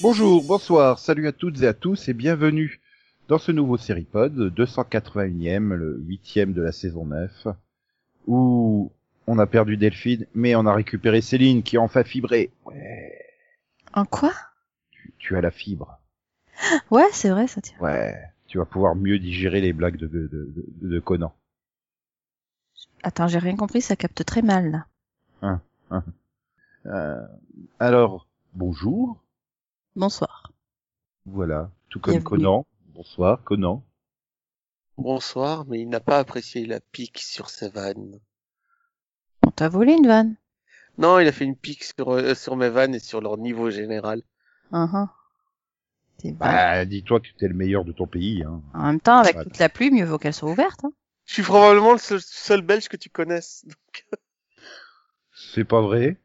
Bonjour, bonsoir, salut à toutes et à tous et bienvenue dans ce nouveau Seripod, 281e, le 8e de la saison 9, où on a perdu Delphine, mais on a récupéré Céline qui est enfin fibrée. Ouais, En quoi tu, tu as la fibre. Ouais, c'est vrai, ça tient. Ouais, tu vas pouvoir mieux digérer les blagues de, de, de, de Conan. Attends, j'ai rien compris, ça capte très mal, là. Euh, alors, bonjour, Bonsoir. voilà, tout comme Bienvenue. Conan. Bonsoir, Conan. Bonsoir, mais il n'a pas apprécié la pique sur sa vanne. On t'a volé une vanne Non, il a fait une pique sur, euh, sur mes vannes et sur leur niveau général. Hein, hein. C'est pas- Bah, dis-toi que t'es le meilleur de ton pays, hein. En même temps, avec ouais. toute la pluie, mieux vaut qu'elle soit ouverte. Hein. Je suis probablement le seul, seul belge que tu connaisses. C'est pas vrai?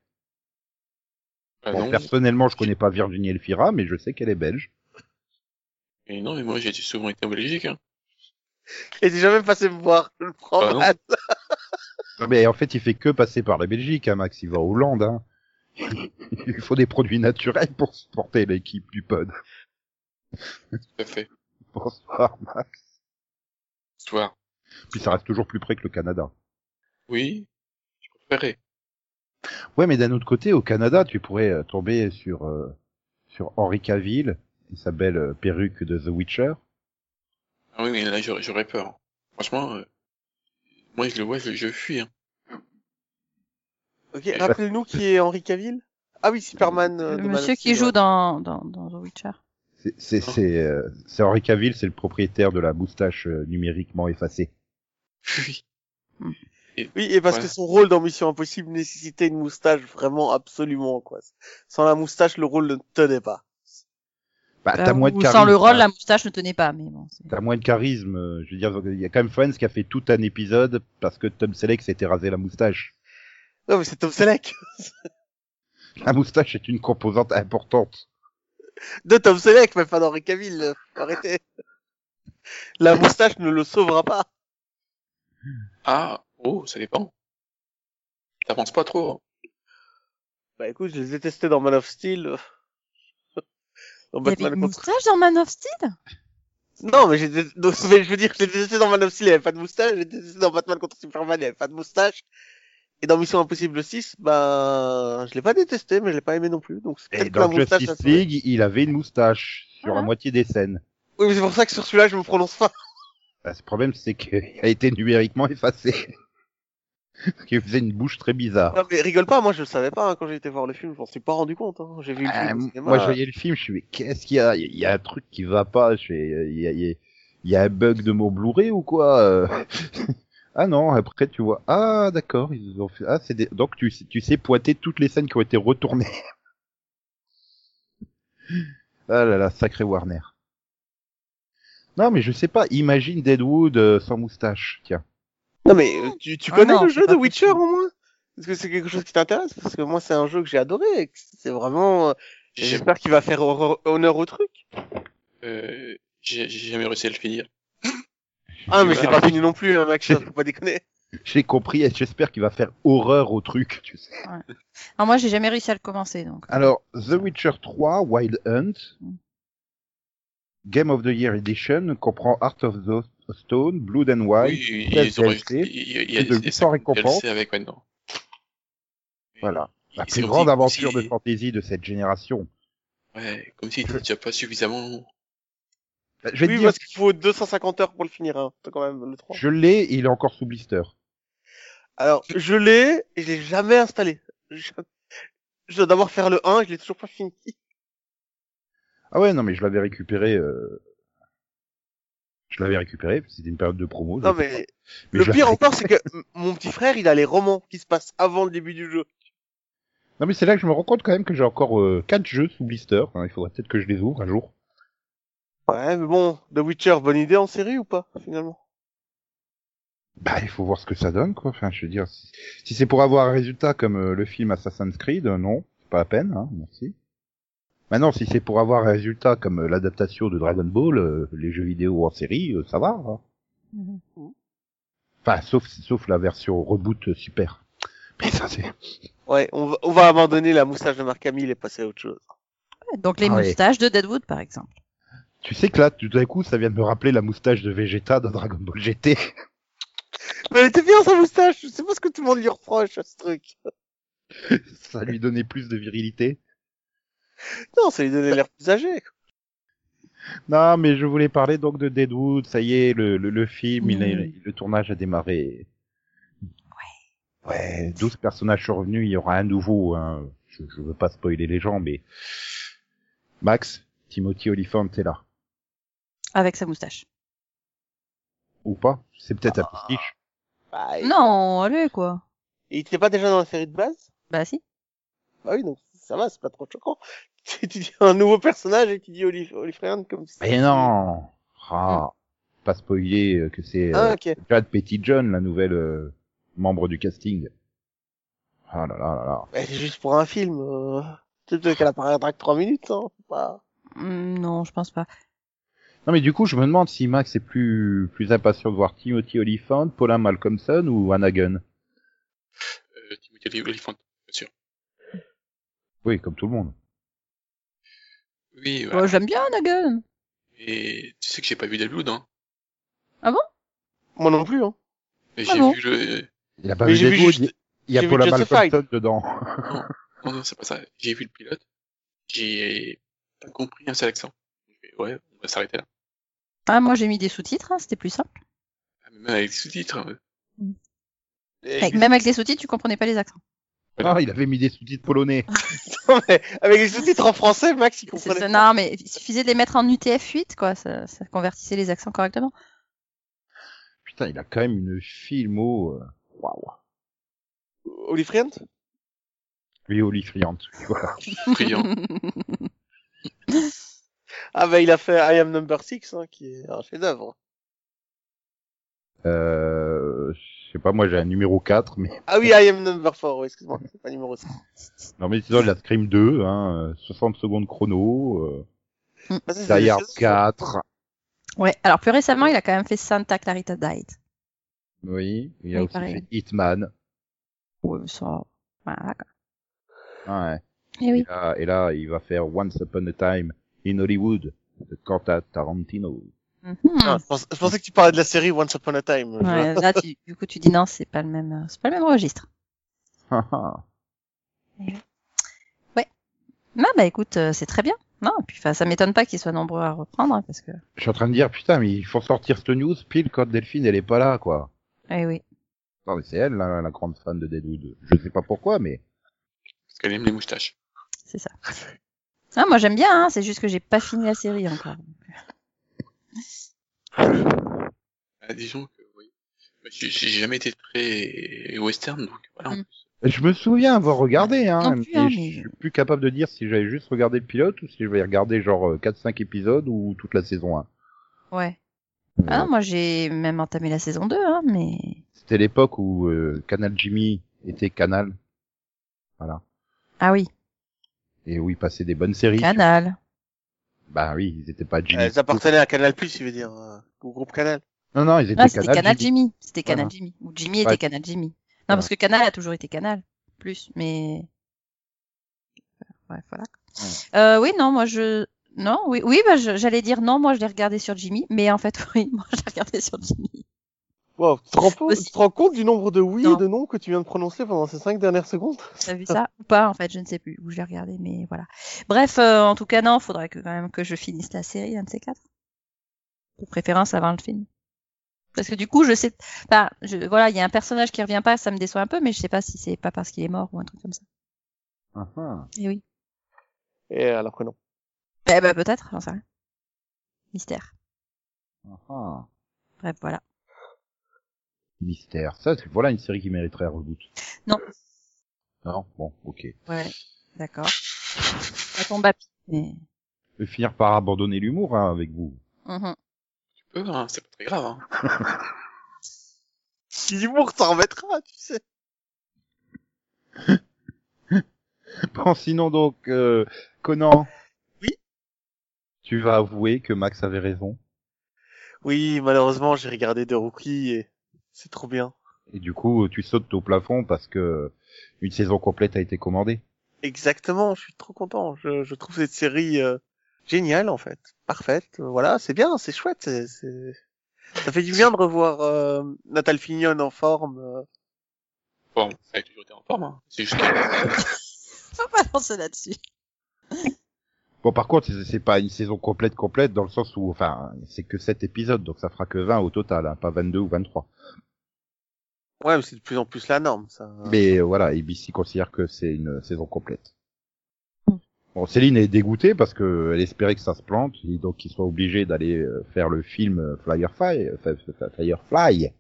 Ah Bon, non. personnellement, je connais pas Virginie Elfira, mais je sais qu'elle est belge. Mais non, mais moi j'ai souvent été en Belgique. Hein. Et t'es jamais passé me voir, je le prends. Ah non. mal. Ah, Mais en fait, il fait que passer par la Belgique, hein, Max. Il va en Hollande. Hein. il faut des produits naturels pour supporter l'équipe du pod. Tout à fait. Bonsoir, Max. Histoire. Puis ça reste toujours plus près que le Canada. Oui. Je préférais. Ouais, mais d'un autre côté, au Canada, tu pourrais euh, tomber sur euh, sur Henri Cavill et sa belle euh, perruque de The Witcher. Ah oui, mais là j'aurais j'aurais peur. Franchement, euh, moi je le vois, je, je fuis. Hein. Ok, rappelle-nous qui est Henri Cavill Ah oui, Superman. euh, le de Man monsieur of qui Steel, joue ouais. dans, dans, dans The Witcher. C'est c'est c'est euh, c'est Henri Cavill, c'est le propriétaire de la moustache euh, numériquement effacée. Fuis. Oui, et parce Ouais. que son rôle dans Mission Impossible nécessitait une moustache vraiment absolument, quoi. Sans la moustache, le rôle ne tenait pas. Bah, Euh, t'as moins de ou charisme. hein. sans le rôle, Ah. la moustache ne tenait pas, mais bon. c'est- T'as moins de charisme. euh, Je veux dire, il y a quand même Friends qui a fait tout un épisode parce que Tom Selleck s'était rasé la moustache. Non, mais c'est Tom Selleck. La moustache est une composante importante. De Tom Selleck, mais pas d'Henri Cavill. euh, Arrêtez. La moustache ne le sauvera pas. Ah, oh, ça dépend. T'avances pas trop. hein. Bah écoute, je les ai testés dans Man of Steel. dans Il y avait Batman une contre- moustache dans Man of Steel Non, mais, j'ai dé- donc, mais je veux dire, je les ai testés dans Man of Steel, il n'y avait pas de moustache. Je les ai testés dans Batman contre Superman, il n'y avait pas de moustache. Et dans Mission Impossible 6, bah, je l'ai pas détesté, mais je l'ai pas aimé non plus. Donc c'est Et peut-être que la dans moustache. Justice ça se- Ah. League, il avait une moustache sur la Voilà. moitié des scènes. Oui, mais c'est pour ça que sur celui-là, je me prononce pas. Bah, ce problème, c'est qu'il a été numériquement effacé. Ce qui faisait une bouche très bizarre. Non, mais rigole pas, moi je le savais pas hein, quand j'ai été voir le film, je m'en suis pas rendu compte. hein. J'ai vu le Ah, film. au m- cinéma. moi, je voyais le film, je me suis dit, qu'est-ce qu'il y a Il y a un truc qui va pas. Je fais, euh, il y a, il y a- il y a un bug de mon Blu-ray ou quoi euh Ah non, après, tu vois, ah d'accord, ils ont fait... Ah, c'est des- Donc, tu, sais- tu sais pointer toutes les scènes qui ont été retournées. ah là là, sacré Warner. Non, mais je sais pas, imagine Deadwood euh, sans moustache, tiens. Non mais euh, tu, tu Ah connais non, le c'est jeu pas de Witcher possible. au moins Est-ce que c'est quelque chose qui t'intéresse Parce que moi c'est un jeu que j'ai adoré. et que C'est vraiment. euh, J'ai J'espère qu'il va faire hor- honneur au truc. euh, j'ai- j'ai jamais réussi à le finir. Ah mais je l'ai Voilà. pas fini non plus, hein, mec. Faut pas déconner. J'ai compris, et j'espère qu'il va faire horreur au truc, tu sais. Alors Ah, moi, j'ai jamais réussi à le commencer, donc. Alors, The Witcher 3, Wild Hunt, Mm. Game of the Year Edition comprend Heart of the Stone, Blood and Wine. oui, il y a ils ont DLC, réussi. Il y a- il y a plus de il y a 800 cinq récompenses. DLC avec maintenant. Voilà. La Ils plus ont Bah, grande dit- aventure de si- fantasy de cette génération. Ouais, comme s'il était déjà pas suffisamment. Bah, Je vais Oui te dire, parce qu'il faut 250 heures pour le finir. Hein. T'as quand même le 3. je l'ai, il est encore sous blister. Alors je l'ai et je l'ai jamais installé. Je... je dois d'abord faire le 1. Je l'ai toujours pas fini. Ah ouais, non, mais je l'avais récupéré, euh... je l'avais récupéré, c'était une période de promo. je Non sais pas. mais Mais le je- pire encore c'est que m- mon petit frère il a les romans qui se passent avant le début du jeu. Non, mais c'est là que je me rends compte quand même que j'ai encore euh, quatre jeux sous blister. hein, il faudrait peut-être que je les ouvre un jour. Ouais mais bon, The Witcher bonne idée en série ou pas finalement bah, il faut voir ce que ça donne, quoi. Enfin, je veux dire, si, si c'est pour avoir un résultat comme euh, le film Assassin's Creed, euh, non, c'est pas la peine, hein, merci. Maintenant, si c'est pour avoir un résultat comme euh, l'adaptation de Dragon Ball, euh, les jeux vidéo en série, euh, ça va. hein. Mhm. Enfin, sauf, sauf la version reboot euh, super. Mais ça, c'est... Ouais, on va, on va abandonner la moustache de Marc Hamill et passer à autre chose. Ouais, Donc les Ah ouais. moustaches de Deadwood, par exemple. Tu sais que là, tout d'un coup, ça vient de me rappeler la moustache de Vegeta dans Dragon Ball GT. Mais elle était bien sa moustache, je sais pas ce que tout le monde lui reproche à ce truc. ça lui donnait plus de virilité. Non, ça lui donnait l'air plus âgé. quoi. Non, mais je voulais parler donc de Deadwood. Ça y est, le, le, le film, il est- Mm. le tournage a démarré. Ouais. Ouais, 12 personnages sont revenus, il y aura un nouveau. Hein. Je, je veux pas spoiler les gens, mais... Max, Timothy Oliphant, t'es là. Avec sa moustache. Ou pas C'est peut-être un postiche. Bah, il- Non, allez, quoi. Il était pas déjà dans la série de base Bah si. Bah oui, donc ça va, c'est pas trop choquant. tu tu dis un nouveau personnage et tu dis Olif Olifrian comme si... Mais non Ah, Pas spoiler euh, que c'est... euh, Ah, ok. Jade Petit John, la nouvelle euh, membre du casting. Ah là là là là. Bah, c'est juste pour un film. Euh... Peut-être qu'elle apparaîtra que 3 minutes, hein. faut pas- Hmm, non, je pense pas. Non mais du coup, je me demande si Max est plus plus impatient de voir Timothy Olyphant, Paula Malcolmson ou Anagan. Euh, Timothy Oliphant. Oui, comme tout le monde. Bah. Oui, Oh, voilà. J'aime bien Nagan. Et tu sais que j'ai pas vu Deadwood, hein. Moi non plus, hein. Et Ah J'ai bon vu le... Il a pas Mais vu j'ai vu Deadwood, juste- il y a j'ai vu Paula Justified. Malcolmson dedans. Non, non, c'est pas ça. J'ai vu le pilote. J'ai pas compris un seul accent. Mais Ouais, on va s'arrêter là. Ah, moi j'ai mis des sous-titres, hein, c'était plus simple. Ah, mais Même avec les sous-titres. euh, Et- Avec- Même avec les sous-titres, tu comprenais pas les accents. Ah, il avait mis des sous-titres polonais. Non, mais avec les sous-titres en français, Max, il C'est- comprenait c'est- pas. Non, mais il suffisait de les mettre en UTF-8, quoi. Ça, ça convertissait les accents correctement. Putain, il a quand même une filmo. euh, Waouh. Olifrian Lui olifriante. Voilà. Brillant. Ah bah il a fait I Am Number 6, hein, qui est un chef-d'œuvre. Euh, je sais pas, moi j'ai un numéro 4, mais Ah oui, I Am Number 4, oui, excuse-moi, c'est pas numéro 6. non mais sinon il a Scream 2, hein, euh, 60 secondes chrono, euh, Bah, ça, c'est Die des Hard choses- 4. ouais, alors plus récemment, il a quand même fait Santa Clarita Diet. Oui, il a Oui, aussi pareil. fait Hitman. Ouais, ça. Voilà, quoi. Ah, Ouais. Eh oui. Et, là, et là, il va faire Once Upon a Time in Hollywood de Quentin Tarantino. Mhm. Ah, je, pense- je pensais que tu parlais de la série Once Upon a Time. je- Ouais, là, tu- du coup, tu dis non, c'est pas le même, euh, c'est pas le même registre. Ha, ha. Non, bah écoute, euh, c'est très bien. Non, et puis enfin, ça m'étonne pas qu'ils soient nombreux à reprendre, hein, parce que. Je suis en train de dire, putain, mais il faut sortir cette news pile quand Delphine, elle est pas là, quoi. Eh oui. Non, mais c'est elle, la, la grande fan de Deadwood. Je sais pas pourquoi, mais... Parce qu'elle aime les moustaches. C'est ça. Ah, moi j'aime bien, hein, c'est juste que j'ai pas fini la série encore. Ah, disons que oui. Bah, J'ai j'ai jamais été très western, donc voilà. Mm. Je me souviens avoir regardé, hein, Non même plus, si hein, je mais- suis plus capable de dire si j'avais juste regardé le pilote ou si je vais regarder genre euh, 4-5 épisodes ou toute la saison 1. Ouais. Ah non, moi j'ai même entamé la saison 2, hein, mais. C'était l'époque où euh, Canal Jimmy était Canal, Ah oui, et où il passait des bonnes séries. Canal. Bah oui, ils étaient pas Jimmy. Elles Euh, appartenaient à Canal+, il veut dire, euh, au groupe Canal. Non, non, ils étaient Ah, c'était Canal, Canal Jimmy. Jimmy. C'était Voilà. Canal Jimmy. Ou Jimmy Ouais. était Canal Jimmy. Non, parce que Canal a toujours été Canal. Plus, mais. Ouais, voilà. quoi. Euh, oui, non, moi je. Non, oui, oui, bah, je- j'allais dire non, moi je l'ai regardé sur Jimmy, mais en fait, oui, moi je l'ai regardé sur Jimmy. Wow, tu te, rends, compte- Aussi. tu te rends compte du nombre de oui Non. et de non que tu viens de prononcer pendant ces 5 dernières secondes T'as vu ça ou pas, en fait, je ne sais plus où je l'ai regardé, mais voilà. Bref, euh, en tout cas, non, faudrait que, quand même que je finisse la série, un de ces quatre. De préférence avant le film. Parce que du coup, je sais, enfin, je, voilà, il y a un personnage qui revient pas, ça me déçoit un peu, mais je sais pas si c'est pas parce qu'il est mort ou un truc comme ça. Ah, ah. Et Eh oui. Et euh, alors que non. Eh ben, peut-être, j'en sais rien. Mystère. Ah, Bref, voilà. mystère. Ça, c'est- voilà une série qui mériterait un reboot. Non. Non, bon, ok. Ouais, d'accord. Ça tombe à pic, mais. Je vais finir par abandonner l'humour hein, avec vous. Mhm. Tu peux, hein, c'est pas très grave. Hein. Moore t'en remettra, tu sais. Bon, sinon donc, euh, Conan. Oui Tu vas avouer que Max avait raison. Oui, malheureusement, j'ai regardé The Rookie et c'est trop bien. Et du coup, tu sautes au plafond parce que une saison complète a été commandée. Exactement, je suis trop content. Je, je trouve cette série euh, géniale en fait, parfaite. Euh, Voilà, c'est bien, c'est chouette. c'est- c'est- Ça fait du bien de revoir euh, Natal Fignon en forme. euh. Bon, ça a toujours été en forme, hein. C'est juste que- Faut pas lancer là-dessus. Bon, par contre, c'est- c'est pas une saison complète complète dans le sens où, enfin, c'est que 7 épisodes, donc ça fera que 20 au total, hein, pas 22 ou 23. Ouais, mais c'est de plus en plus la norme, ça. Mais euh, voilà, ABC considère que c'est une saison complète. Mm. Bon, Céline est dégoûtée parce que elle espérait que ça se plante, et donc qu'ils soient obligés d'aller euh, faire le film euh, Firefly, euh, F- F- Firefly.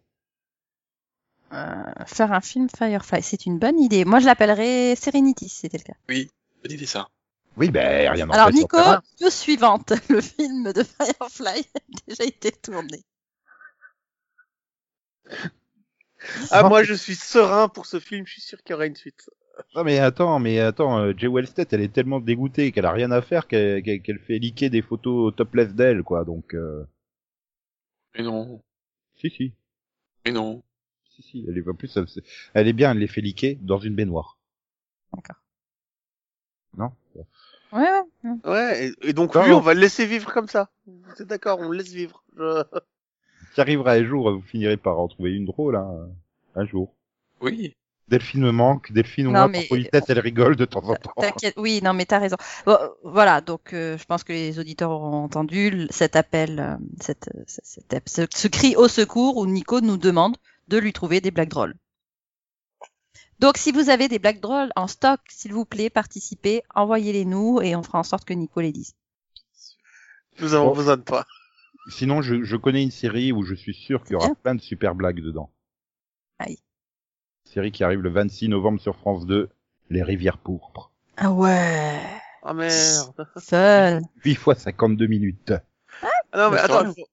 Euh, faire un film Firefly, c'est une bonne idée. Moi, je l'appellerais Serenity, si c'était le cas. Bonne idée, ça. Oui, ben rien n'empêche. Alors, d'en Nico, faire un. deux suivantes. Le film de Firefly a déjà été tourné. Ah, moi, je suis serein pour ce film. Je suis sûr qu'il y aura une suite. Non mais attends, mais attends, euh, Jay Wellstead, elle est tellement dégoûtée qu'elle a rien à faire qu'elle qu'elle- qu'elle fait liquer des photos topless d'elle, quoi. Donc, euh, Mais non. si, si, Mais non. si, si. Elle est en plus, elle, se- elle est bien, elle les fait liquer dans une baignoire. D'accord. Non. Ouais, ouais. Ouais, et, et donc Non, lui, non. on va le laisser vivre comme ça. C'est d'accord, on le laisse vivre. Je- Qui arrivera un jour, vous finirez par en trouver une drôle, hein, un jour. Oui. Delphine me manque, Delphine au Non, moins mais- pour une tête, elle rigole de temps en temps. T'inquiète, oui, non, mais t'as raison. Bon, euh, voilà, donc euh, je pense que les auditeurs auront entendu l- cet appel, euh, cette, euh, ce- cet app- ce, ce cri au secours où Nico nous demande de lui trouver des blagues drôles. Donc, si vous avez des blagues drôles en stock, s'il vous plaît, participez, envoyez-les nous et on fera en sorte que Nico les dise. Nous avons Bon. besoin de toi. Sinon, je, je connais une série où je suis sûr qu'il y aura plein de super blagues dedans. Aïe. Série qui arrive le 26 novembre sur France 2, Les Rivières Pourpres. Ah ouais, Ah merde. fun. 8 fois 52 minutes. Ah, non, mais Mais c'est attends, vrai.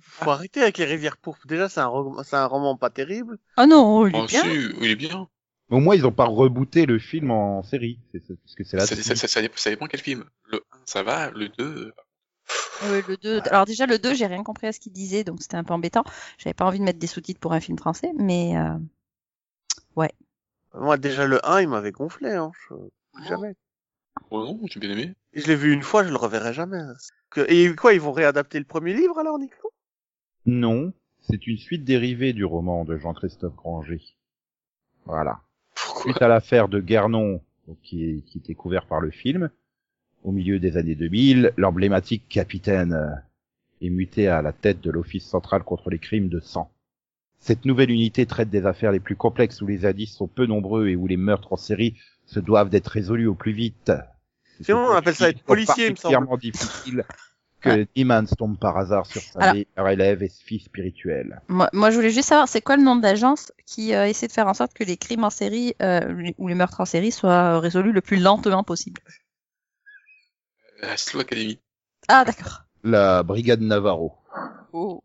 faut, faut arrêter avec les rivières pourpres. Déjà, c'est un, rom- c'est un roman pas terrible. Oh non, il est Oh, bien. si, il est bien. Mais au moins, ils ont pas rebooté le film en série. C'est, c'est- parce que c'est la Ça, ça, ça- ça dépend, ça dépend quel film. Le 1, ça va. Le 2, Ouais, le 2. Alors déjà le 2, j'ai rien compris à ce qu'il disait, donc c'était un peu embêtant. J'avais pas envie de mettre des sous-titres pour un film français, mais euh, Moi, déjà, le 1, il m'avait gonflé. Hein. Je- Jamais. oh non, j'ai bien aimé. Et je l'ai vu une fois, je le reverrai jamais. Que- Et quoi, ils vont réadapter le premier livre alors, Nico Non, c'est une suite dérivée du roman de Jean-Christophe Granger. Voilà. Pourquoi Suite à l'affaire de Guernon, donc, qui, est- qui était couvert par le film, au milieu des années 2000, l'emblématique capitaine euh, est muté à la tête de l'Office central contre les crimes de sang. Cette nouvelle unité traite des affaires les plus complexes où les indices sont peu nombreux et où les meurtres en série se doivent d'être résolus au plus vite. Sinon, on appelle ça être policier, il me C'est particulièrement difficile que Iman tombe par hasard sur sa Alors- meilleure élève et fille spirituelle. moi, moi, je voulais juste savoir c'est quoi le nom de l'agence qui euh, essaie de faire en sorte que les crimes en série euh, les- ou les meurtres en série soient euh, résolus le plus lentement possible. La euh, Slow Academy. Ah d'accord. La brigade Navarro. Oh.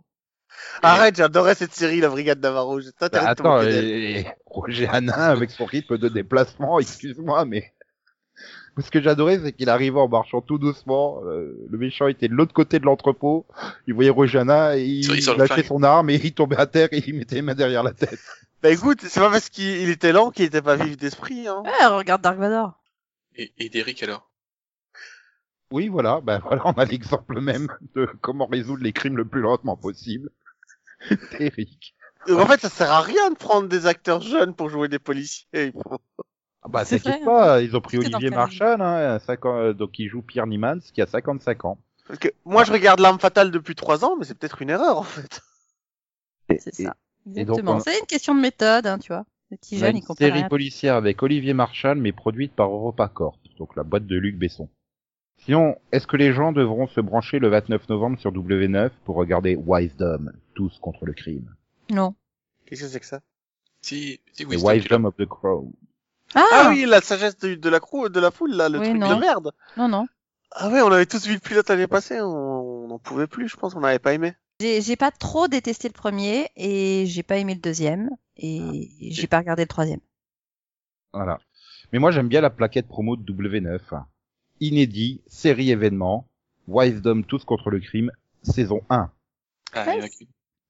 Arrête, j'adorais cette série, La Brigade Navarro. Je Bah, t'interdis de te attends, moquer d'elle. et- et Roger Hanin avec son rythme de déplacement, excuse-moi, mais ce que j'adorais, c'est qu'il arrivait en marchant tout doucement. euh, le méchant était de l'autre côté de l'entrepôt. Il voyait Roger Hanin, et il, Sur- il sort le lâchait flingue. son arme et il tombait à terre et il mettait les mains derrière la tête. Bah écoute, c'est pas parce qu'il il était lent qu'il était pas vif d'esprit. Hein. Ouais, Ah, regarde Dark Vador. Et, et Derrick, alors Oui, voilà, ben voilà, on a l'exemple même de comment résoudre les crimes le plus lentement possible. Eric. Donc, en fait, ça sert à rien de prendre des acteurs jeunes pour jouer des policiers. Ah bah C'est t'inquiète vrai, pas, ils ont pris Tout est dans Olivier le Marchal, hein, à 50, euh, donc il joue Pierre Niemans qui a 55 ans. Parce que moi, je regarde L'Arme Fatale depuis trois ans, mais c'est peut-être une erreur en fait. C'est Et- ça. et donc, Exactement. on- C'est une question de méthode, hein, tu vois. Les petits On a jeunes, une ils comprennent série rien. policière avec Olivier Marchal, mais produite par EuropaCorp, donc la boîte de Luc Besson. Sinon, est-ce que les gens devront se brancher le 29 novembre sur W9 pour regarder Wisdom, tous contre le crime Non. Qu'est-ce que c'est que ça Si, si, Et oui, c'est Wisdom of the Crow. Ah, Ah oui, la sagesse de, de la crou, de la foule là, le Oui, truc non. de merde. non, non. Ah ouais, on avait tous vu le pilote l'année passée, on on n'en pouvait plus, je pense, on n'avait pas aimé. J'ai j'ai pas trop détesté le premier et j'ai pas aimé le deuxième. Et Ah. j'ai pas regardé le troisième. Voilà. Mais moi, j'aime bien la plaquette promo de W9. hein. Inédit, série événement, Wisdom tous contre le crime, saison 1. Ah, Ouais, il y en a qui-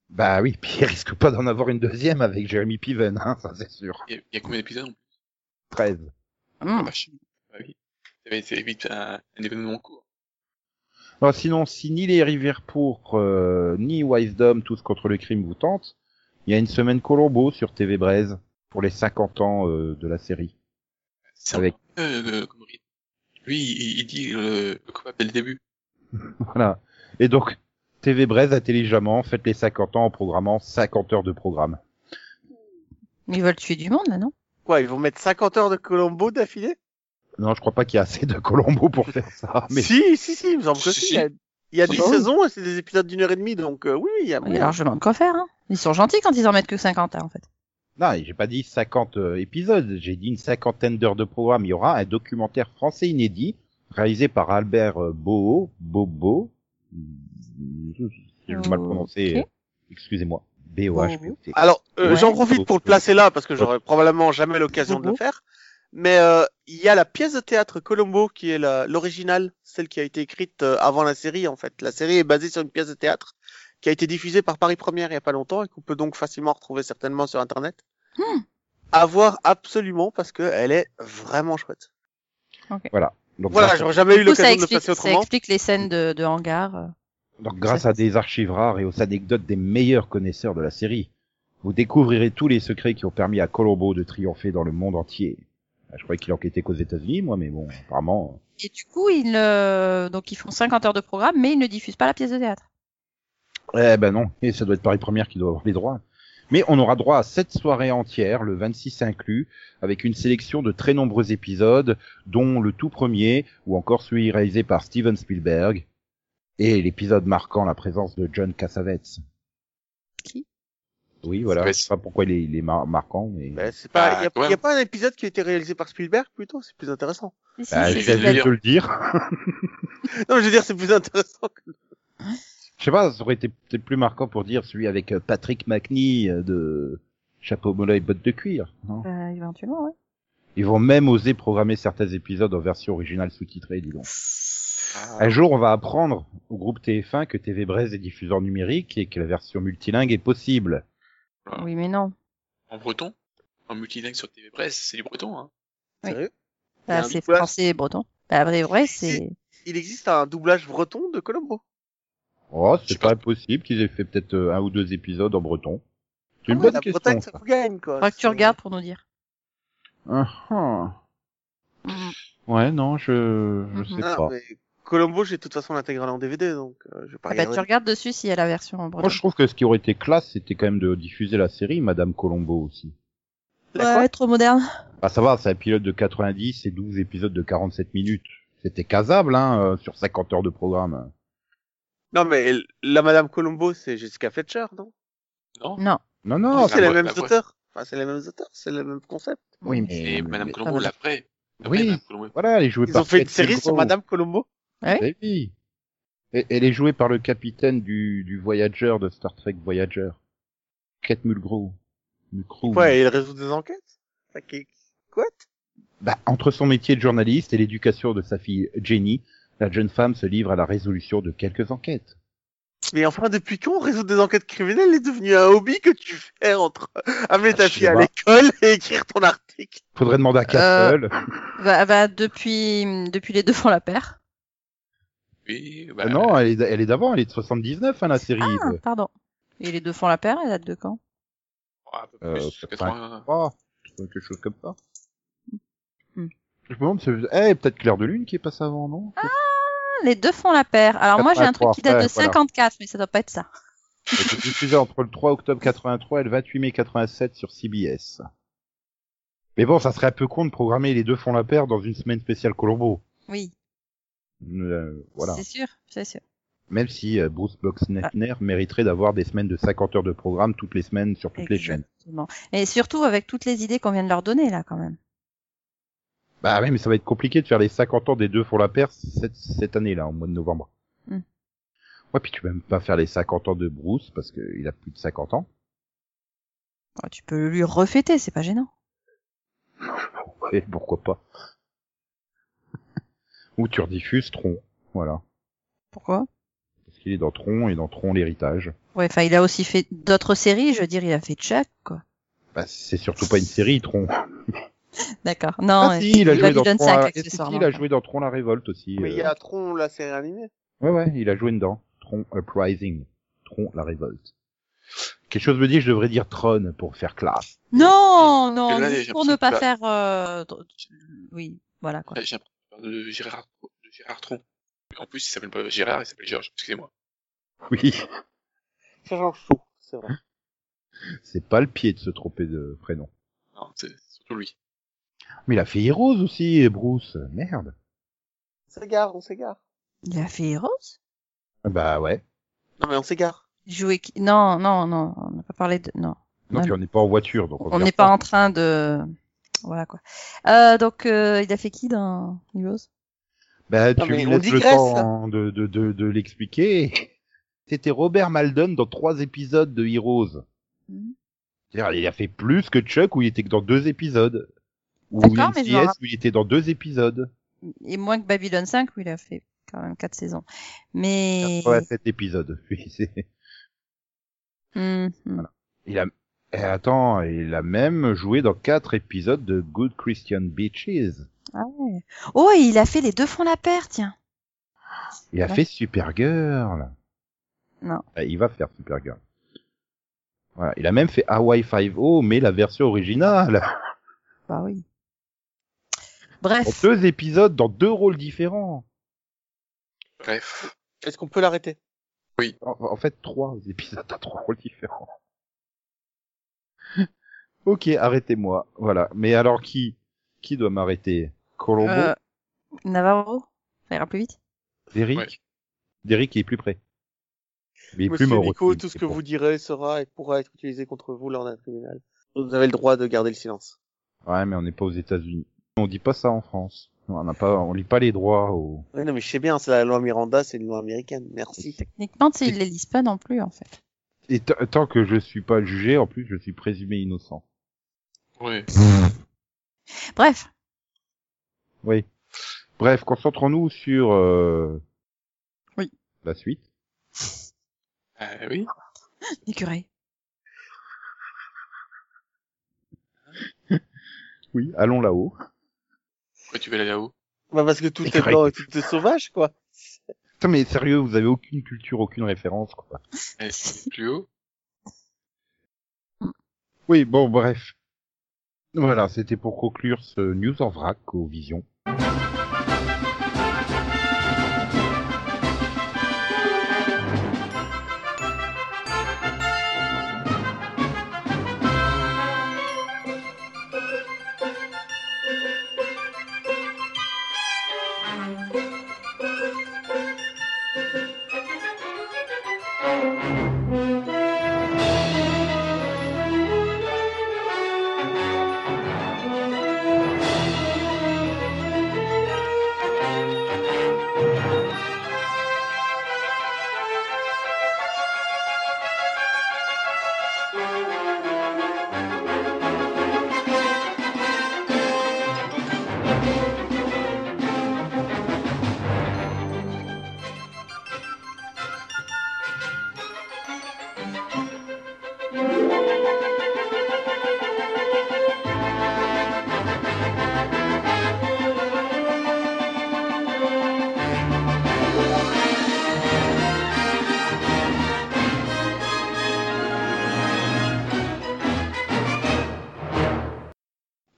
Bah oui, puis il risque pas d'en avoir une deuxième avec Jeremy Piven, hein, ça c'est sûr. il y a- il y a combien d'épisodes en plus 13. Hmm. Hmm. Ah, vache. Ah oui. Ça va être- ça évite un, un événement en cours. Alors, Bah, sinon, si ni les rivières pourpres, euh, ni Wisdom tous contre le crime vous tentent, il y a une semaine Colombo sur TV Braise pour les 50 ans euh, de la série. C'est Avec- un peu, euh, comme rythme. Lui, il, il dit euh, le copain dès le début. Voilà. Et donc, TV Braise intelligemment faites les 50 ans en programmant 50 heures de programme. Ils veulent tuer du monde, là, non Quoi, ils vont mettre 50 heures de Colombo d'affilée Non, je crois pas qu'il y a assez de Colombo pour faire ça. Mais Si, si, si, il me semble que Si, si. si. Il y a, il y a Si, 10 si. saisons et c'est des épisodes d'une heure et demie, donc euh, oui, oui, il y a Il y a largement de quoi faire, hein. Ils sont gentils quand ils en mettent que 50, hein, en fait. non, j'ai pas dit 50 euh, épisodes, j'ai dit une cinquantaine d'heures de programme. Il y aura un documentaire français inédit réalisé par Albert euh, Boho, Bobo, si je veux mal prononcer, Ok. excusez-moi, B-O-H. Bobo. Alors, euh, Ouais. j'en profite pour le placer là parce que j'aurai probablement jamais l'occasion de le Bobo. faire. Mais euh, il y a la pièce de théâtre Colombo qui est la- l'originale, celle qui a été écrite euh, avant la série en fait. La série est basée sur une pièce de théâtre qui a été diffusée par Paris Première il y a pas longtemps et qu'on peut donc facilement retrouver certainement sur internet. Hmm. À voir absolument parce que elle est vraiment chouette. Donc, Voilà, grâce- j'aurais jamais eu Du coup, ça l'occasion de le explique, placer ça autrement. explique les scènes de, de hangar. euh. Donc grâce à des archives rares et aux anecdotes des meilleurs connaisseurs de la série, vous découvrirez tous les secrets qui ont permis à Colombo de triompher dans le monde entier. Ah, Je croyais qu'il enquêtait qu'aux États-Unis, moi, mais bon, apparemment. Et du coup, ils, euh, donc ils font 50 heures de programme, mais ils ne diffusent pas la pièce de théâtre. Eh ben non, et ça doit être Paris Première qui doit avoir les droits. Mais on aura droit à sept soirées entières, le 26 inclus, avec une sélection de très nombreux épisodes, dont le tout premier, ou encore celui réalisé par Steven Spielberg, et l'épisode marquant la présence de John Cassavetes. Qui Oui, voilà. Je Cassavetes. sais pas pourquoi il est, il est mar- marquant, mais... Bah, Ben, c'est pas, il Ah, y a- quand il y, a même. pas un épisode qui a été réalisé par Spielberg plutôt, c'est plus intéressant. Si, si, Bah, c'est je j'essaie vais Spielberg. de Spielberg. te le dire. Non, mais je veux dire, c'est plus intéressant. que- Je sais pas, ça aurait été peut-être plus marquant pour dire celui avec euh, Patrick McNee euh, de Chapeau mollet et bottes de cuir. hein. non Euh, éventuellement, ouais. Ils vont même oser programmer certains épisodes en version originale sous-titrée, dis donc. Ah, Un jour, on va apprendre au groupe TF1 que TV Braise est diffuseur numérique et que la version multilingue est possible. Ah. Oui, mais non. En breton En multilingue sur TV Presse, c'est du breton. Hein. Oui. Sérieux Bah, Il y a un c'est doublage. français et breton. Bah, vrai, vrai, c'est... il existe un doublage breton de Colombo. Oh, Je c'est sais pas pas. impossible qu'ils aient fait peut-être euh, un ou deux épisodes en breton. C'est une Ah ouais, bonne la question. Bretagne, ça ça. vous gagne, quoi. Faudra que tu C'est- regardes pour nous dire. Ah, ah. Mm. Ouais, non, je, je Mhm. sais Ah, pas. mais Colombo, j'ai de toute façon l'intégrale en DVD, donc euh, je vais pas Ah bah, tu regarder. regardes dessus s'il y a la version en Moi, breton. je trouve que ce qui aurait été classe, c'était quand même de diffuser la série Madame Colombo aussi. La quoi Ouais, trop moderne. Ah, ça va, c'est un pilote de 90 et 12 épisodes de 47 minutes. C'était casable, hein, euh, sur 50 heures de programme. Non, mais l- la Madame Colombo, c'est Jessica Fletcher, non Non Non. Non, Ah, non, C'est les la- mêmes la- auteurs. Enfin, c'est les mêmes auteurs, c'est le même concept. Oui, mais. Et Madame mais- Colombo, Ah, l'après. Après, Oui, Madame Colombo. voilà, elle est jouée Ils par ont fait une Kate série sur Mulgrew. Madame Colombo. Eh oui. Et- Elle est jouée par le capitaine du, du Voyager de Star Trek Voyager. Kate Mulgrew. Mulgrew. Ouais, et il résout des enquêtes. Enfin, qui- Quoi Bah, entre son métier de journaliste et l'éducation de sa fille Jenny, la jeune femme se livre à la résolution de quelques enquêtes. Mais enfin, depuis quand résoudre des enquêtes criminelles est devenu un hobby que tu fais entre amener ta Ah, je fille sais à pas. l'école et écrire ton article Faudrait demander à Castle. Bah, bah, depuis, depuis les deux font la paire. Oui, bah, Ah non, elle est, d- elle est d'avant, elle est de 79, hein, la série. Ah, pardon. Et les deux font la paire, elle date de quand oh, un peu plus, Euh, 80. Ah, quelque chose comme ça. Hmm. Je me demande, si- eh, peut-être Claire de Lune qui est passée avant, non Ah, Les deux font la paire. Alors moi j'ai un truc qui 83, date de ouais, voilà. 54, mais ça doit pas être ça. Elle était diffusée entre le 3 octobre 83 et le 28 mai 87 sur CBS. Mais bon, ça serait un peu con de programmer les deux fonds la paire dans une semaine spéciale Colombo. Oui, Euh, voilà. c'est Ah. sûr, c'est sûr. Même si euh, Bruce Boxnettner mériterait d'avoir des semaines de 50 heures de programme toutes les semaines sur toutes les chaînes. Exactement. Et surtout avec toutes les idées qu'on vient de leur donner là quand même. Bah oui, mais ça va être compliqué de faire les 50 ans des deux fonds la paire cette, cette année-là, en mois de novembre. Hmm. Ouais, puis tu peux même pas faire les 50 ans de Bruce parce qu'il a plus de 50 ans. Oh, tu peux lui refêter, c'est pas gênant. Et pourquoi pas Ou tu rediffuses Tron, voilà. Pourquoi Parce qu'il est dans Tron et dans Tron l'héritage. Ouais, enfin, il a aussi fait d'autres séries, je veux dire, il a fait Chuck, quoi. Bah, c'est surtout pas une série, Tron. D'accord. Non, Ah si, Ah, il a joué dans Babylon Tron. 5, la- est-ce que accessoirement. Il a joué dans Tron la révolte aussi. Mais il y euh. a Tron, la série animée. Ouais, ouais, il a joué dedans. Tron Uprising. Tron la révolte. Quelque chose me dit que je devrais dire Tron pour faire classe. Non, non, là, juste j'ai pour ne pas l'impression faire... euh, dr- Oui, voilà, quoi. Là, J'ai l'impression de Gérard, de Gérard Tron. En plus, il s'appelle pas Gérard, il s'appelle Georges, excusez-moi. Oui. Ça change tout, c'est vrai. C'est pas le pied de se tromper de prénom. Non, c'est surtout lui. Mais il a fait Heroes aussi, Bruce. Merde. S'égare, on s'égare. Il a fait Heroes Bah ouais. Non mais on s'égare. Il jouait qui- Non, non, non, on n'a pas parlé de... Non, Non, Ouais. puis on n'est pas en voiture, donc on on n'est regarde pas en train de... Voilà, quoi. Euh, donc, euh, il a fait qui dans Heroes Bah, Non, tu mais me on laisses le digresse, temps hein, de, de, de, de l'expliquer. C'était Robert Malden dans trois épisodes de Heroes. Mhm. C'est-à-dire, il a fait plus que Chuck où il était que dans deux épisodes. Ou D'accord, mais je me NCS où il était dans deux épisodes. Et moins que Babylon 5, où il a fait quand même quatre saisons. Mais... Ouais, sept épisodes. Oui, c'est- Hmm, hmm. il a, Eh, attends, il a même joué dans quatre épisodes de Good Christian Beaches. Ah ouais. Oh, et il a fait les deux font la paire, tiens. Bah, Il a Ouais. fait Supergirl. Non. Bah, il va faire Supergirl. Voilà. Il a même fait Hawaii 5 mais la version originale. Bah oui. en Bref, deux épisodes dans deux rôles différents. Bref. Est-ce qu'on peut l'arrêter En, en fait, trois épisodes dans trois rôles différents. ok, arrêtez-moi. Voilà. Mais alors qui qui doit m'arrêter Colombo euh, Navarro, ça ira plus vite. Derrick ouais. Derrick est plus près. Mais il est plus Monsieur mort Nico, aussi, tout ce c'est que pour- vous direz sera et pourra être utilisé contre vous lors d'un tribunal. Vous avez le droit de garder le silence. Ouais, mais on n'est pas aux États-Unis. On dit pas ça en France. On n'a pas, on lit pas les droits aux. Oui, non mais je sais bien, c'est la loi Miranda, c'est une loi américaine. Merci. Techniquement, tu sais, ils les lisent pas non plus, en fait. Et t- tant que je suis pas jugé, en plus, je suis présumé innocent. Ouais. Bref, Oui. Bref, concentrons-nous sur euh, Oui. la suite. Euh, oui. écureuil. Oui. Allons là-haut. Pourquoi tu veux aller là-haut Bah parce que tout C'est est vrai. blanc et tout est sauvage quoi. Putain, mais sérieux, vous avez aucune culture, aucune référence, quoi. Elle est plus haut. Oui, bon, bref. Voilà, c'était pour conclure ce news en vrac aux visions.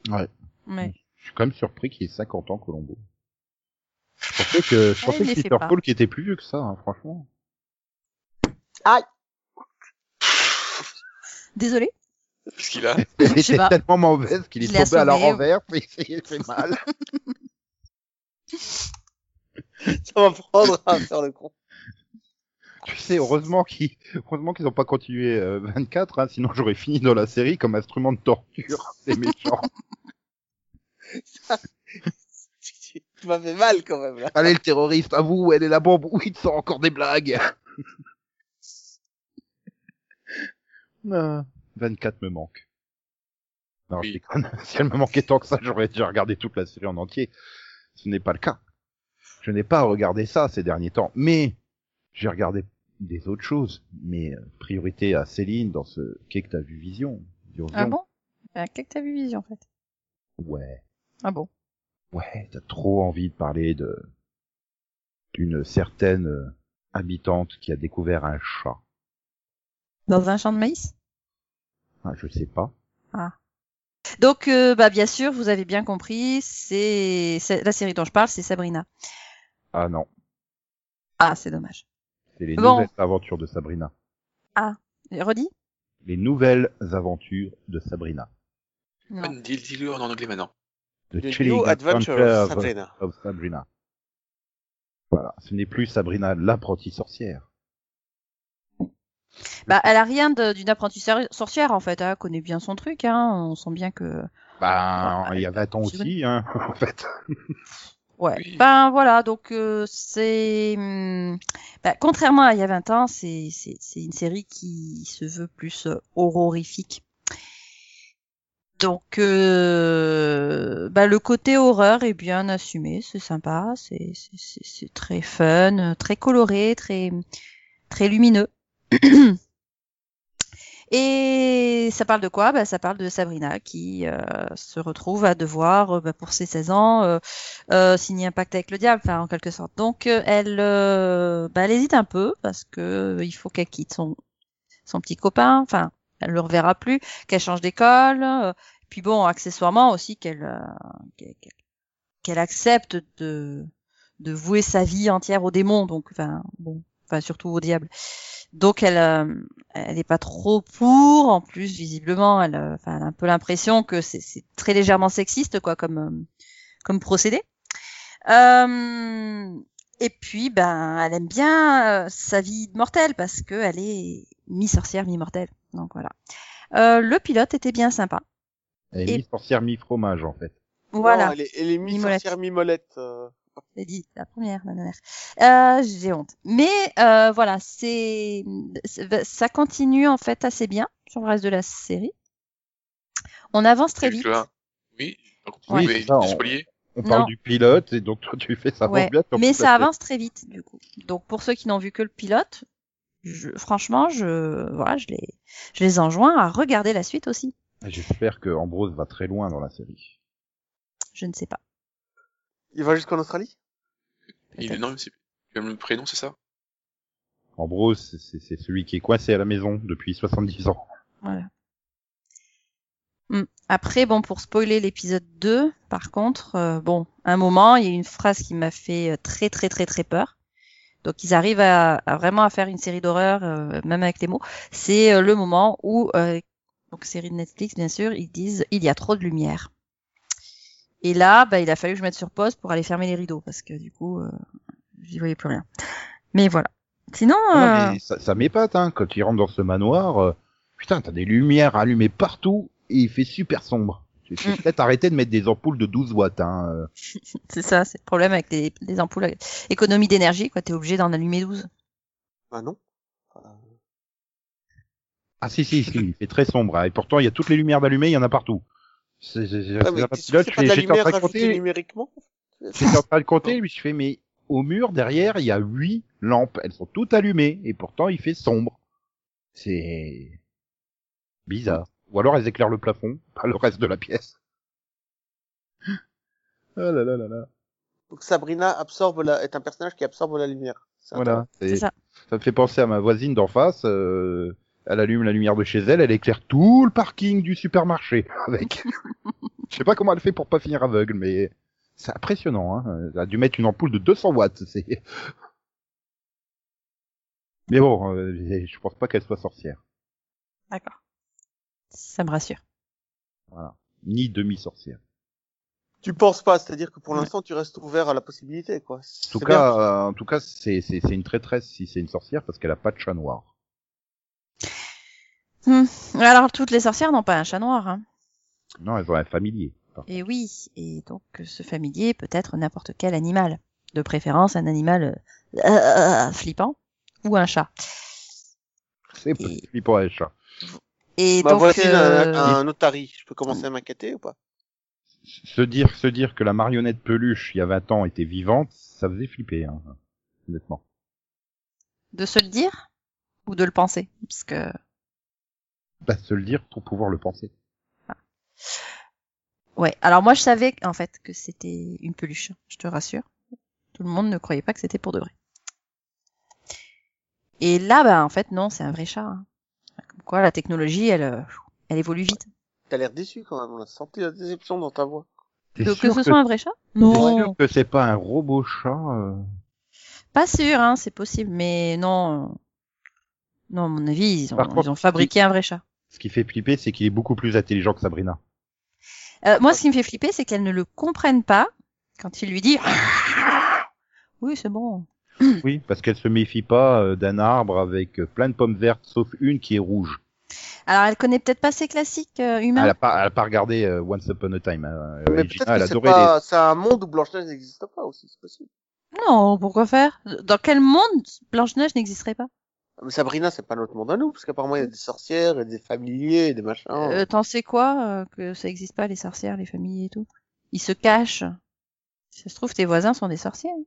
Ouais. Je suis quand même surpris qu'il ait 50 ans, Colombo. Je pensais que, je Ah, pensais il que les fait Peter pas. Paul qui était plus vieux que ça, hein, franchement. Désolé. Qu'est-ce qu'il a Elle sais était pas. tellement mauvaise qu'il est Il hein. l'a tombé à la sauvé, ou- renverse et il s'est fait mal. Ça va prendre à faire le con. Tu sais, heureusement qu'ils, heureusement qu'ils ont pas continué euh, 24, hein, sinon j'aurais fini dans la série comme instrument de torture. C'est méchant. Tu m'as fait mal quand même là. Allez, le terroriste, à vous, elle est la bombe. Oui, il te sort encore des blagues. Non. 24 me manque. Non, Oui. je déconne. Si elle me manquait tant que ça, j'aurais déjà regardé toute la série en entier. Ce n'est pas le cas. Je n'ai pas regardé ça ces derniers temps, mais j'ai regardé des autres choses. Mais euh, priorité à Céline dans ce qu'est que t'as vu Vision. Vision. Ah bon Bah, Qu'est-ce que t'as vu Vision en fait ouais, Ah bon ouais, t'as trop envie de parler de d'une certaine euh, habitante qui a découvert un chat. Dans un champ de maïs Ah, je sais pas. Donc, euh, bah, bien sûr, vous avez bien compris, c'est c'est- la série dont je parle, c'est Sabrina. Ah non, Ah, c'est dommage. c'est les Bon. nouvelles aventures de Sabrina. Redis Les nouvelles aventures de Sabrina. Non. Fun deal dealer en anglais maintenant. The The Chilling New oh, Adventure Adventures of Sabrina. of Sabrina. Voilà, ce n'est plus Sabrina l'apprentie sorcière. Bah, elle a rien de- d'une apprentie sor- sorcière en fait. Hein. Elle connaît bien son truc. Hein. On sent bien que. Ben, Ah, il y a 20 ans c'est vrai. aussi, hein, en fait. Ouais. Oui. Ben voilà. Donc euh, c'est. hum, bah, contrairement à il y a 20 ans, c'est c'est c'est une série qui se veut plus euh, horrorifique. Donc, euh, bah, le côté horreur est bien assumé, c'est sympa, c'est c'est- c'est- c'est très fun, euh, très coloré, très très lumineux. Et ça parle de quoi bah, Ça parle de Sabrina qui euh, se retrouve à devoir, euh, bah, pour ses 16 ans, euh, euh, signer un pacte avec le diable, enfin en quelque sorte. Donc euh, elle, euh, bah, elle hésite un peu parce que euh, il faut qu'elle quitte son son petit copain, enfin elle le reverra plus, qu'elle change d'école, euh, puis bon accessoirement aussi qu'elle euh, qu'elle qu'elle accepte de de vouer sa vie entière au démon, donc enfin bon, enfin surtout au diable. Donc elle euh, elle n'est pas trop pour, en plus visiblement elle, euh, enfin, elle a un peu l'impression que c'est c'est très légèrement sexiste quoi comme euh, comme procédé. Euh, et puis, ben, elle aime bien euh, sa vie de mortelle parce que elle est mi-sorcière, mi-mortelle. Donc voilà. Euh, le pilote était bien sympa. Elle Et- est mi-sorcière, mi-fromage, en fait. Voilà, Non, elle est, elle est Mi-molette. mi-sorcière, mi-molette. euh. j'ai dit la première, la dernière. Euh, j'ai honte. Mais euh, voilà, c'est c'est- ben, ça continue en fait assez bien sur le reste de la série. On avance très Juste vite. là. Oui, donc vous Oui, pouvez ça, on- spoiler. On parle Non. du pilote, et donc toi, tu fais ça Ouais, avance bien. t'en mais fous de la ça tête. avance très vite du coup. Donc pour ceux qui n'ont vu que le pilote, je, franchement, je voilà, je les je les enjoins à regarder la suite aussi. Ah, J'espère que Ambrose va très loin dans la série. Je ne sais pas. Il va jusqu'en Australie Il est peut-être. énorme, c'est tu aimes le prénom, c'est ça Ambrose, c'est- c'est c'est celui qui est coincé à la maison depuis 70 ans. Hmm. Après, bon, pour spoiler l'épisode 2, par contre, euh, bon, un moment, il y a une phrase qui m'a fait euh, très très très très peur. Donc ils arrivent à, à vraiment à faire une série d'horreur, euh, même avec les mots. C'est euh, le moment où, euh, donc série de Netflix bien sûr, ils disent il y a trop de lumière. Et là, bah, il a fallu que je mette sur pause pour aller fermer les rideaux parce que du coup, euh, j'y voyais plus rien. Mais voilà. Sinon, Non, Ah. euh, mais ça, ça m'épate, hein, quand il rentre dans ce manoir, euh, putain, t'as des lumières allumées partout, et il fait super sombre. J'ai j'ai Mm. peut-être arrêté de mettre des ampoules de 12 watts, hein. euh. c'est ça, c'est le problème avec les, les ampoules, euh, économie d'énergie, quoi. T'es obligé d'en allumer 12. Ah non. Ah si, si, si, il fait très sombre, hein, et pourtant il y a toutes les lumières d'allumées, il y en a partout. C'est- c'est- c'est- Ouais, Ah, Euh, mais c'est pas t'es sûr que pilote, c'est pas de la J'étais en lumière train de rajoutée compter, numériquement j'étais en train de compter, puis je fais, mais au mur, derrière, il y a 8 lampes, elles sont toutes allumées, et pourtant il fait sombre. C'est... bizarre. Ou alors elles éclairent le plafond, pas le reste de la pièce. Ah là là là là. Donc Sabrina absorbe la... est un personnage qui absorbe la lumière. C'est Voilà. C'est C'est- ça. Ça me fait penser à ma voisine d'en face. euh, elle allume la lumière de chez elle, elle éclaire tout le parking du supermarché avec. Je sais pas comment elle fait pour pas finir aveugle, mais c'est impressionnant. Hein. Elle a dû mettre une ampoule de 200 watts. C'est. Mais bon, euh, je pense pas qu'elle soit sorcière, D'accord. Ça me rassure. ni demi-sorcière. Tu penses pas, c'est-à-dire que pour Ouais. l'instant tu restes ouvert à la possibilité, quoi. En tout cas, euh, en tout cas, c'est c'est c'est une traîtresse si c'est une sorcière parce qu'elle a pas de chat noir. Alors, toutes les sorcières n'ont pas un chat noir. Hein. Non, elles ont un familier. Enfin, Et oui, et donc euh, ce familier peut être n'importe quel animal. De préférence, un animal euh, euh, flippant ou un chat. C'est Et- flippant un chat. Et Ma donc, voisine a euh, un, un otari. Je peux Hmm. commencer à m'inquiéter ou pas Se dire, se dire que la marionnette peluche, il y a 20 ans, était vivante, ça faisait flipper, hein, honnêtement. de se le dire ou de le penser, parce que Bah, se le dire pour pouvoir le penser. Ouais, alors moi je savais en fait que c'était une peluche, hein, je te rassure. Tout le monde ne croyait pas que c'était pour de vrai. Et là, bah en fait non, c'est un vrai chat. hein. Comme quoi la technologie, elle, euh, elle évolue vite. T'as l'air déçu quand même. On a senti la déception dans ta voix. T'es Donc, que sûr ce que, soit un vrai chat t'es sûr Non, que c'est pas un robot chat euh, pas sûr, hein, c'est possible, mais non, euh, non à mon avis ils ont, Par contre, ils ont fabriqué un vrai chat. Ce qui fait flipper, c'est qu'il est beaucoup plus intelligent que Sabrina. Euh, moi, ce qui me fait flipper, c'est qu'elle ne le comprenne pas quand il lui dit. Oui, c'est bon. Oui, parce qu'elle se méfie pas euh, d'un arbre avec euh, plein de pommes vertes, sauf une qui est rouge. Alors, elle connaît peut-être pas ses classiques euh, humains. Elle a pas, elle a pas regardé euh, Once Upon a Time. hein. Mais Euh, Gina, peut-être elle que c'est adorait pas... c'est un monde où Blanche-Neige n'existe pas aussi. C'est possible. Non, pourquoi faire Dans quel monde Blanche-Neige n'existerait pas Ah, Mais Sabrina, c'est pas notre monde à nous, parce qu'apparemment, il y a des sorcières, et des familiers, et des machins. Oh. Euh, T'en sais quoi euh, que ça n'existe pas les sorcières, les familles et tout Ils se cachent. Si ça se trouve, tes voisins sont des sorcières. les...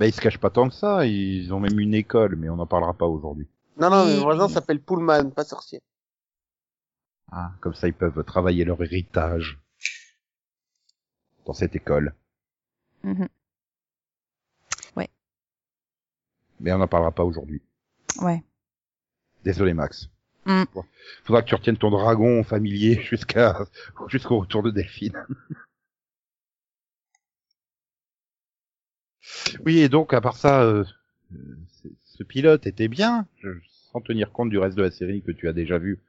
Bah, ils se cachent pas tant que ça. Ils ont même une école, mais on n'en parlera pas aujourd'hui. Non, non, mais oui, mon voisin oui. s'appelle Pullman, pas sorcier. Ah, comme ça, ils peuvent travailler leur héritage dans cette école. Mhm. Mais on n'en parlera pas aujourd'hui. Ouais. Désolé, Max. Mm. Bon. Faudra que tu retiennes ton dragon familier jusqu'à jusqu'au retour de Delphine. oui, et donc à part ça, euh, euh, c- ce pilote était bien, je- sans tenir compte du reste de la série que tu as déjà vu.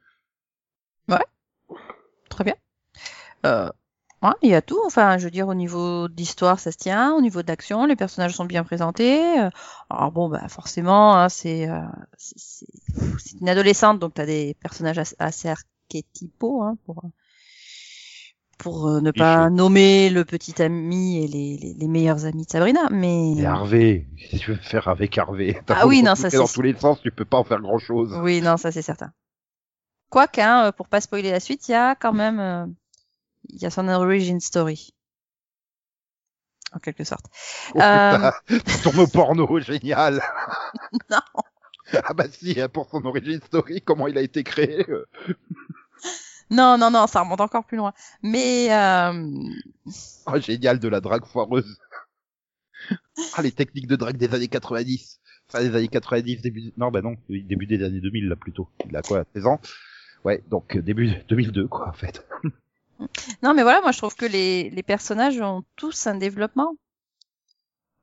Très bien. Euh, ouais, il y a tout. Enfin, je veux dire, au niveau d'histoire, ça se tient. Au niveau d'action, les personnages sont bien présentés. Euh, Alors bon, bah forcément, hein, c'est euh, c'est- c'est c'est une adolescente, donc t'as des personnages as- assez archétypaux hein, pour pour euh, ne pas nommer le petit ami et les, les, les meilleurs amis de Sabrina. Mais Et Harvey, qu'est-ce que tu veux faire avec Harvey T'as Mm. Ah beau oui, le non, ça, recruter dans c'est- Euh, tous les sens, tu peux pas en faire grand chose. oui, non, ça c'est certain. Quoique, hein, euh, pour pas spoiler la suite, il y a quand même euh, il y a son origin story. En quelque sorte. Oh, Euh, Tourne au porno, génial. Non. Ah bah si, hein, pour son origine story, comment il a été créé. euh, non, non, non, ça remonte encore plus loin. Mais euh, Ah, génial de la drague foireuse. Ah, les techniques de drague des années 90. Enfin, des années 90, début... Non, bah non, oui, début des années 2000, là, plutôt. Il a quoi, 16 ans Ouais, donc euh, début 2002, quoi, en fait. non, mais voilà, moi je trouve que les, les personnages ont tous un développement.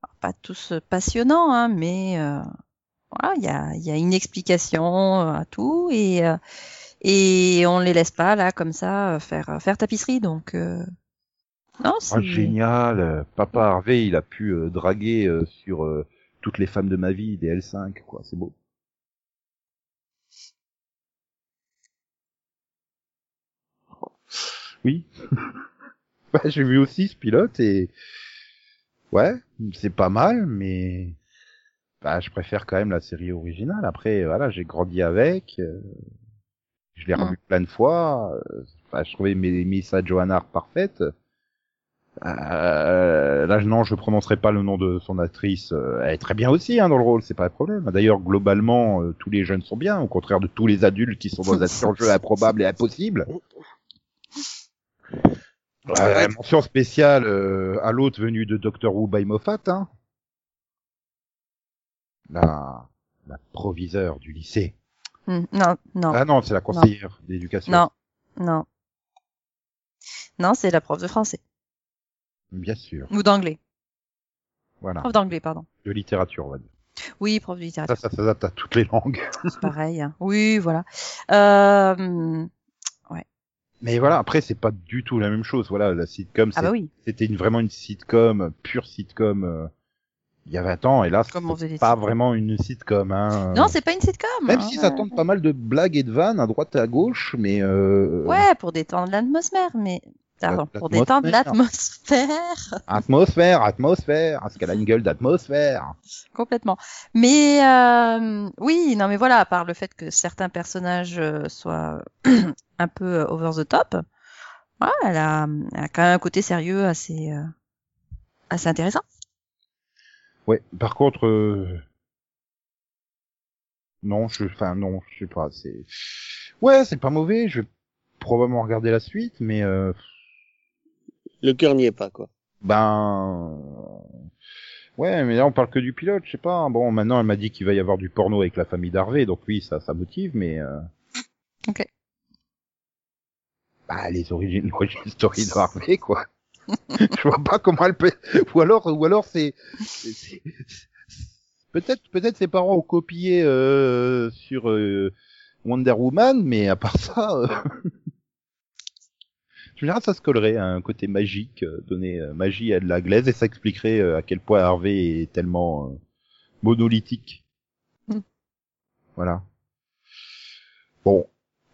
Alors, pas tous euh, passionnants, hein, mais euh, voilà, il y a, il y a une explication euh, à tout et euh, et on les laisse pas là comme ça euh, faire euh, faire tapisserie. Donc euh, non, Ah, c'est génial. euh, Papa Harvey, il a pu euh, draguer euh, sur euh, toutes les femmes de ma vie, des L5, quoi, c'est beau. Oui. bah, j'ai vu aussi ce pilote et ouais, c'est pas mal, mais bah, je préfère quand même la série originale. Après, voilà, j'ai grandi avec, euh, je l'ai Mm. revu plein de fois. euh, bah, je trouvais mes Miss Johanna parfaite. Euh, là, non, je prononcerai pas le nom de son actrice. Euh, elle est très bien aussi hein, dans le rôle, c'est pas un problème. D'ailleurs, globalement, euh, tous les jeunes sont bien, au contraire de tous les adultes qui sont dans un surjeu improbable et impossible. Euh, mention spéciale euh, à l'autre venu de Doctor Who by Moffat, hein. La, la proviseure du lycée. Hmm, non, non, Ah non, c'est la conseillère d'éducation. non, non, non, c'est la prof de français Bien sûr. ou d'anglais, Voilà. prof d'anglais, pardon. De littérature, on va dire. Oui, prof de littérature. Ah. Ça, ça s'adapte à toutes les langues. C'est pareil. hein. Oui, voilà. Euh... Mais voilà, après, c'est pas du tout la même chose. Voilà, la sitcom, Ah c'est- bah oui. c'était une, vraiment une sitcom, pure sitcom, euh, il y a 20 ans, et là, Comme on faisait c'est des pas sitcoms. vraiment une sitcom. Hein. Non, c'est pas une sitcom. Même hein. si ça tente pas mal de blagues et de vannes à droite et à gauche, mais... Euh... Ouais, pour détendre l'atmosphère, mais Pardon, La- pour détendre l'atmosphère. Atmosphère, atmosphère, parce qu'elle a une gueule d'atmosphère. Complètement. Mais euh, oui, non, mais voilà, à part le fait que certains personnages euh, soient un peu euh, over the top, voilà, elle, a, elle a quand même un côté sérieux assez, euh, assez intéressant. Ouais. Par contre, euh, non, je, enfin non, je sais pas. C'est ouais, c'est pas mauvais. Je vais probablement regarder la suite, mais euh, Le cœur n'y est pas, quoi. ben ouais, mais là on parle que du pilote, je sais pas. hein. Bon, maintenant elle m'a dit qu'il va y avoir du porno avec la famille d'Harvey, donc oui, ça, ça motive, mais. euh, Ok. Bah les origines, l'origine story de Harvey, quoi. je vois pas comment elle peut. Ou alors, ou alors c'est. c'est- c'est- Peut-être, peut-être ses parents ont copié euh, sur euh, Wonder Woman, mais à part ça, euh... je me dirais ça se collerait à un côté magique, euh, donner euh, magie à de la glaise et ça expliquerait euh, à quel point Harvey est tellement euh, monolithique. Hmm. Voilà. Bon,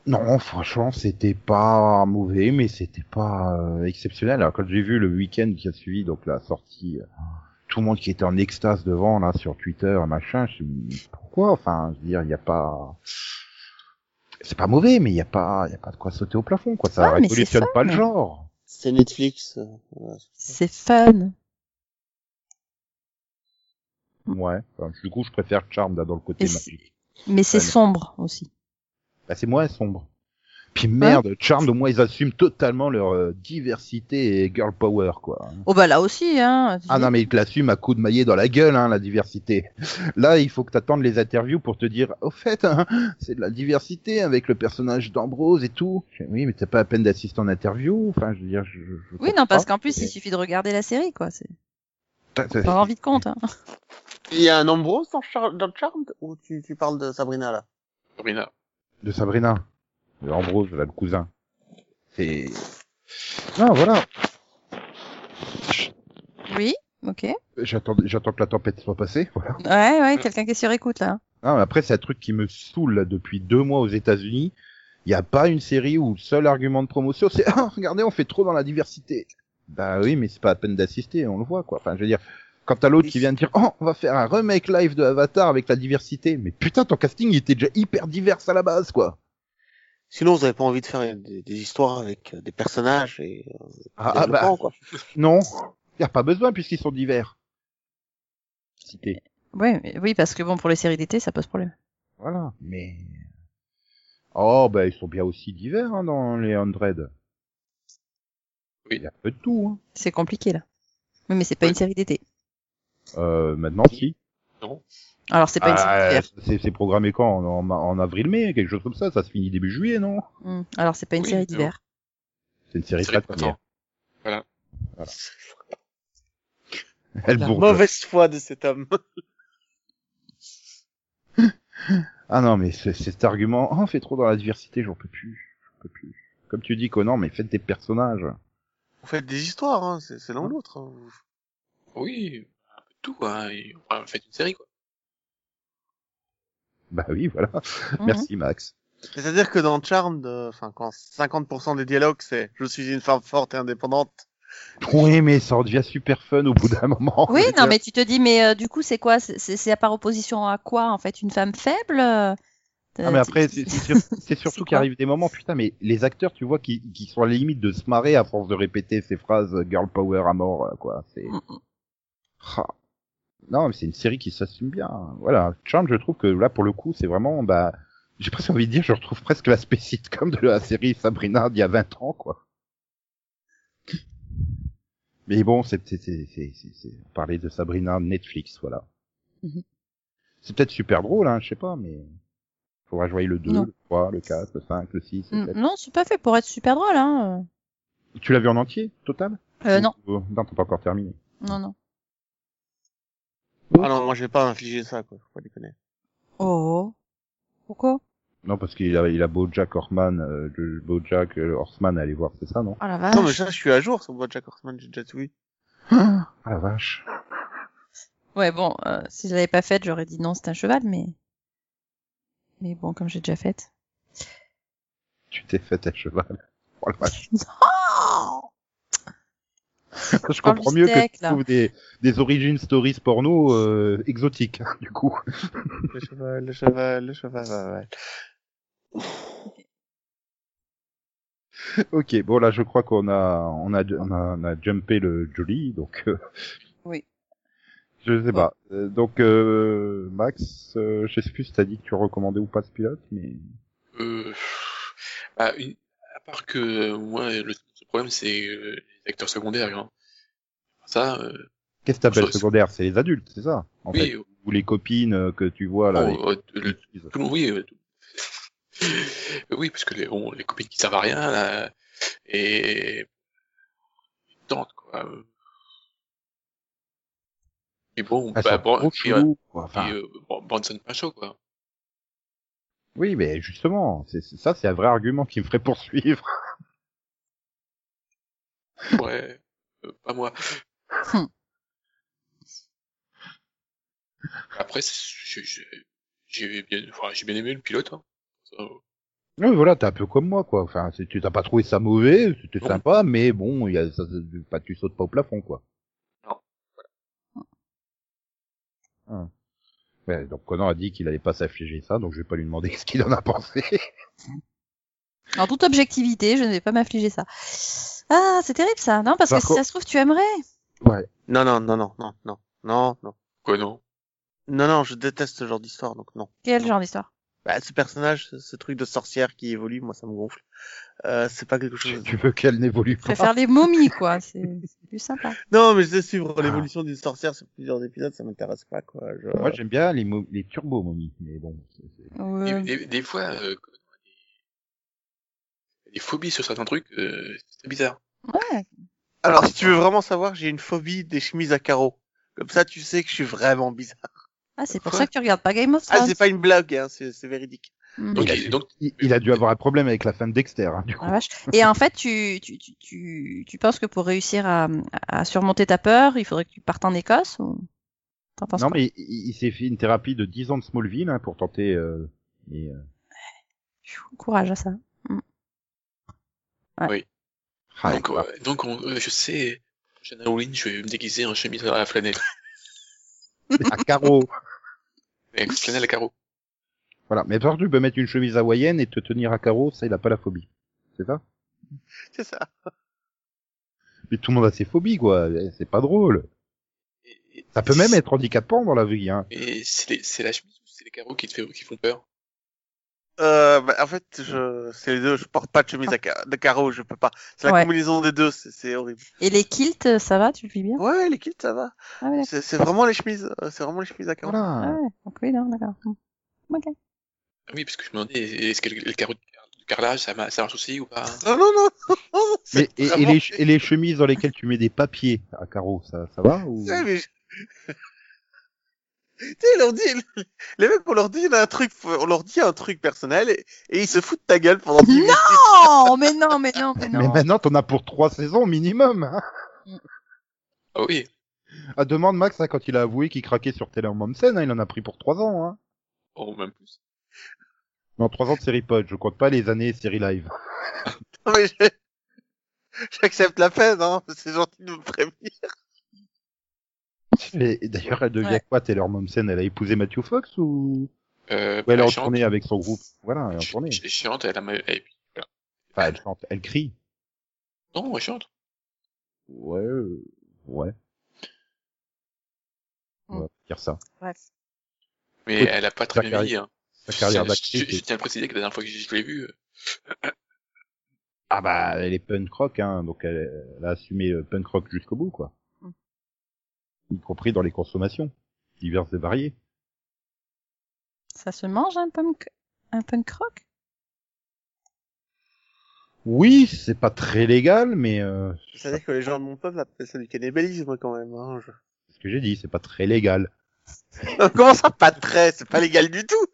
non, franchement, c'était pas mauvais, mais c'était pas euh, exceptionnel. Alors quand j'ai vu le week-end qui a suivi, donc la sortie, euh, tout le monde qui était en extase devant là sur Twitter, machin, je me suis dit, pourquoi Enfin, je veux dire, il y a pas, c'est pas mauvais, mais il y a pas, il y a pas de quoi sauter au plafond, quoi. Ça Ouais, mais c'est révolutionne fun. pas le genre. C'est Netflix. euh, voilà. C'est fun. Ouais. Enfin, du coup, je préfère Charm là, dans le côté Et c'est- magique. Mais c'est Fun. sombre aussi. Bah, c'est moins sombre. Puis merde, Charm, au moins ils assument totalement leur euh, diversité et girl power, quoi. Oh bah là aussi, hein. tu Ah dis. non, mais il te l'assume à coups de maillet dans la gueule, hein, la diversité. Là, il faut que t'attendes les interviews pour te dire, au fait, hein, c'est de la diversité avec le personnage d'Ambrose et tout. Je fais, Oui, mais t'as pas à peine d'assister en interview. Enfin, je veux dire, je, je- je Oui, comprends non, parce pas. qu'en plus, il suffit de regarder la série, quoi. C'est T'as- t'as- pas envie de compte, hein. Il y a un Ambrose dans, Char- dans Charmed ou tu, tu parles de Sabrina là Sabrina. De Sabrina. De Ambrose, là, le cousin. C'est... Non, voilà. Oui, ok. J'attends, j'attends que la tempête soit passée, voilà. Ouais, ouais, quelqu'un qui est sur écoute, là. Non, mais Hein, après, c'est un truc qui me saoule là, depuis deux mois aux États-Unis. Il n'y a pas une série où le seul argument de promotion, c'est ah, regardez, on fait trop dans la diversité. Bah oui, mais c'est pas à peine d'assister, on le voit quoi. Enfin, je veux dire, quand t'as l'autre qui vient de dire oh, on va faire un remake live de Avatar avec la diversité, mais putain, ton casting il était déjà hyper divers à la base quoi. Sinon, vous avez pas envie de faire des, des histoires avec euh, des personnages et euh, Ah, des ah, bah développements, quoi. non, y a pas besoin puisqu'ils sont divers. Cité. Ouais, mais- oui, parce que bon, pour les séries d'été, ça pose problème. Voilà, mais oh bah ils sont bien aussi divers hein, dans les 100. Oui. y a un peu de tout. Hein. C'est compliqué, là. Oui, mais c'est pas Ouais. une série d'été. Euh, maintenant, si. Alors, c'est pas une série Ah, d'hiver. c'est c'est programmé quand en, en- en avril-mai, quelque chose comme ça. Ça se finit début juillet, non Hmm. Alors, c'est pas une Oui, série mais d'hiver. C'est une série C'est les pratière. printemps. Voilà. Elle La bourge. Mauvaise foi de cet homme. Ah non, mais c'est- c'est cet argument, oh, on fait trop dans la diversité, j'en peux plus. J'en peux plus. Comme tu dis, Conan, mais faites des personnages. Vous faites des histoires, hein, c'est c'est l'un ou l'autre. hein. Oui, un peu de tout, hein. et- enfin, faites une série, quoi. Bah oui, voilà. Mhm. Merci, Max. C'est-à-dire que dans Charmed, euh, enfin quand 50% des dialogues c'est je suis une femme forte et indépendante. Oui, mais ça en devient super fun au bout d'un moment. Oui, Je veux non, dire, mais tu te dis, mais euh, du coup, c'est quoi C'est- C'est c'est par opposition à quoi, en fait Une femme faible euh, Ah, mais euh, après, tu- c'est c'est sur- c'est surtout quoi qu'il arrive des moments, putain, mais les acteurs, tu vois, qui, qui sont à la limite de se marrer à force de répéter ces phrases euh, girl power à mort, euh, quoi. C'est. Mm, Ah. Non, mais c'est une série qui s'assume bien. Voilà, Charm, je trouve que là, pour le coup, c'est vraiment, bah, j'ai presque envie de dire, je retrouve presque l'aspect sitcom de la série Sabrina d'il y a 20 ans, quoi. Mais bon, c'est, c'est, c'est, c'est, c'est- c'est- on parlait de Sabrina Netflix, voilà. Mhm. C'est peut-être super drôle, hein, je sais pas, mais faudra jouer le 2, Non. le 3, le 4, le 5, le 6, Mm, peut-être. Non, c'est pas fait pour être super drôle, hein. Tu l'as vu en entier, total? Euh, non, Ou- ou- Non, t'as pas encore terminé. non, non. Ah non, moi je vais pas infliger ça quoi, faut pas déconner. Oh, pourquoi Non, parce qu'il a, il a Bojack Horseman, euh, le- Bojack euh, Horseman à aller voir, c'est ça, non Oh la vache. Non mais ça Ah, je suis à jour sur BoJack Horseman, j'ai déjà tout vu. Ah la vache. Ouais, bon, euh, si je l'avais pas faite, j'aurais dit non, c'est un cheval, mais... Mais bon, comme j'ai déjà faite... Tu t'es fait à cheval. Oh la vache. Non Je Dans le comprends mieux que steak, tu là. trouves des, des origin stories porno euh, exotiques, du coup. Le cheval, le cheval, le cheval, ouais, ok, bon là, je crois qu'on a on, a, on a, on a jumpé le joli, donc. euh, Oui. Oh. Je sais pas. Euh, Donc, euh, Max, euh, je sais plus si t'as dit que tu recommandais ou pas ce pilote, mais. Euh, pff, bah, une- à part que euh, moi, le, le problème, c'est euh, les acteurs secondaires. hein. Ça, euh, Qu'est-ce que t'appelles Je- secondaire C'est les adultes, c'est ça en oui, fait, Ou les copines euh, que tu vois là. bon, les- euh, le- tout le- oui, euh, tout- Euh, oui, parce que les, bon, les copines qui servent à rien là, et tente quoi. Et bon, Elles bah, sont bon, trop puis, euh, cheloues, quoi. Enfin, puis, euh, bon, Branson Pinchot quoi. Oui, mais justement, c'est c'est- ça, c'est un vrai argument qui me ferait poursuivre. Ouais, euh, pas moi. Hum. Hmm. Après, c'est- je- je- j'ai bien, enfin, j'ai bien aimé le pilote. Hein. Ça, Oui, voilà, t'es un peu comme moi, quoi. Enfin, c'est- tu t'as pas trouvé ça mauvais, c'était Non. sympa, mais bon, il y a, ça, ça- pas, tu sautes pas au plafond, quoi. Non. Ah. Ouais, donc Conan a dit qu'il allait pas s'affliger ça, donc je vais pas lui demander ce qu'il en a pensé. En toute objectivité, je ne vais pas m'affliger ça. Ah, c'est terrible ça, non Parce Par que si contre- ça se trouve, tu aimerais. ouais. Non, non, non, non, non, non, non, non. Quoi non Non, non, je déteste ce genre d'histoire, donc non. Quel genre d'histoire Bah, ce personnage, ce, ce truc de sorcière qui évolue, moi, ça me gonfle. Euh, c'est pas quelque chose. Tu veux qu'elle n'évolue Je pas. préfère les momies, quoi. C'est c'est plus sympa. Non, mais je sais Ah. suivre l'évolution d'une sorcière sur plusieurs épisodes, ça m'intéresse pas, quoi. Je... Moi, j'aime bien les, mo- les turbo momies, mais bon. c'est- c'est- des, Ouais. des- des fois, euh, des- des phobies sur certains trucs, euh, c'est bizarre. Ouais. Alors, si tu veux vraiment savoir, j'ai une phobie des chemises à carreaux. Comme ça, tu sais que je suis vraiment bizarre. Ah, c'est pour Quoi ça que tu regardes pas Game of Ah, Thrones. c'est pas une blague, hein, c'est c'est véridique. Hmm. Donc, Il a il- dû- donc Il, il a dû avoir un problème avec la fin de Dexter, hein, du coup. Ah, vache. Et en fait, tu, tu, tu, tu, tu penses que pour réussir à, à surmonter ta peur, il faudrait que tu partes en Écosse ou t'en penses non, quoi mais il, il s'est fait une thérapie de 10 ans de Smallville hein, pour tenter. euh, mais, euh, Pfiou, Courage à ça. ah, donc, il va- euh, donc on- euh, je sais, prochaine Halloween, je vais me déguiser en chemise à la flanelle, à carreaux. avec flanelle à carreaux. Voilà. Mais par contre, tu peux mettre une chemise hawaïenne et te tenir à carreaux, ça, il a pas la phobie. C'est ça C'est ça. Mais tout le monde a ses phobies, quoi. Eh, C'est pas drôle. Et- et- Ça peut même être handicapant dans la vie, hein. Et c'est les- c'est la chemise ou c'est les carreaux qui te fait, qui font peur Euh, bah, en fait, je... c'est les deux. Je porte pas de chemise à car- de carreaux, je peux pas. C'est la Ouais. combinaison des deux, c'est- c'est horrible. Et les kilts, ça va Tu le vis bien Ouais, les kilts, ça va. Ah, ouais, d'accord. C'est c'est vraiment les chemises, euh, c'est vraiment les chemises à carreaux. Ah, Voilà. ouais. Donc, oui, non, d'accord. Hmm. Ok. Ah oui, parce que je me demandais, est-ce que le, le carreau de car- de carrelage, ça, ma- ça marche aussi ou pas Non, non, non, non, Mais, c'est et, et vraiment- les, che- et les chemises dans lesquelles tu mets des papiers à carreaux, ça, ça va ou... Ouais, mais je- Tu sais, ils leur dit, les mecs, on leur dit un truc, on leur dit un truc personnel et, et ils se foutent de ta gueule pendant 10 minutes. Oh, mais non, mais non, mais non. Mais maintenant, t'en as pour trois saisons minimum. Hein. Ah oui, À demande Max, hein, quand il a avoué qu'il craquait sur Télé en Momsen, hein, il en a pris pour trois ans. Hein. oh, même plus. Non, trois ans de série pod, je compte pas les années série live. Non, mais je- J'accepte la peine, hein. C'est gentil de me prévenir. Mais d'ailleurs, elle devient Ouais. quoi Taylor Momsen Elle a épousé Matthew Fox ou Euh, ou elle est en la chante- tournée avec son groupe Voilà, elle est en ch- tournée. ch- chiante, elle a ma- et puis- Enfin, elle chante, elle crie. Non, elle chante. Ouais, euh, ouais. On va dire ça. Bref. Mais Écoute, elle a pas très sa bien vieilli. Hein. Sa carrière Je- je, je d'actrice. est- tiens à préciser que la dernière fois que je je l'ai vue, euh, Ah bah, elle est punk rock, hein, donc elle, elle a assumé euh, punk rock jusqu'au bout, quoi. Mm. Y compris dans les consommations, diverses et variées. Ça se mange un punk, un punk rock Oui, c'est pas très légal, mais euh, c'est C'est-à-dire que les gens de mon peuple appellent ça du cannibalisme, quand même, hein. je- ce que j'ai dit, c'est pas très légal. Comment ça, pas très? C'est pas légal du tout.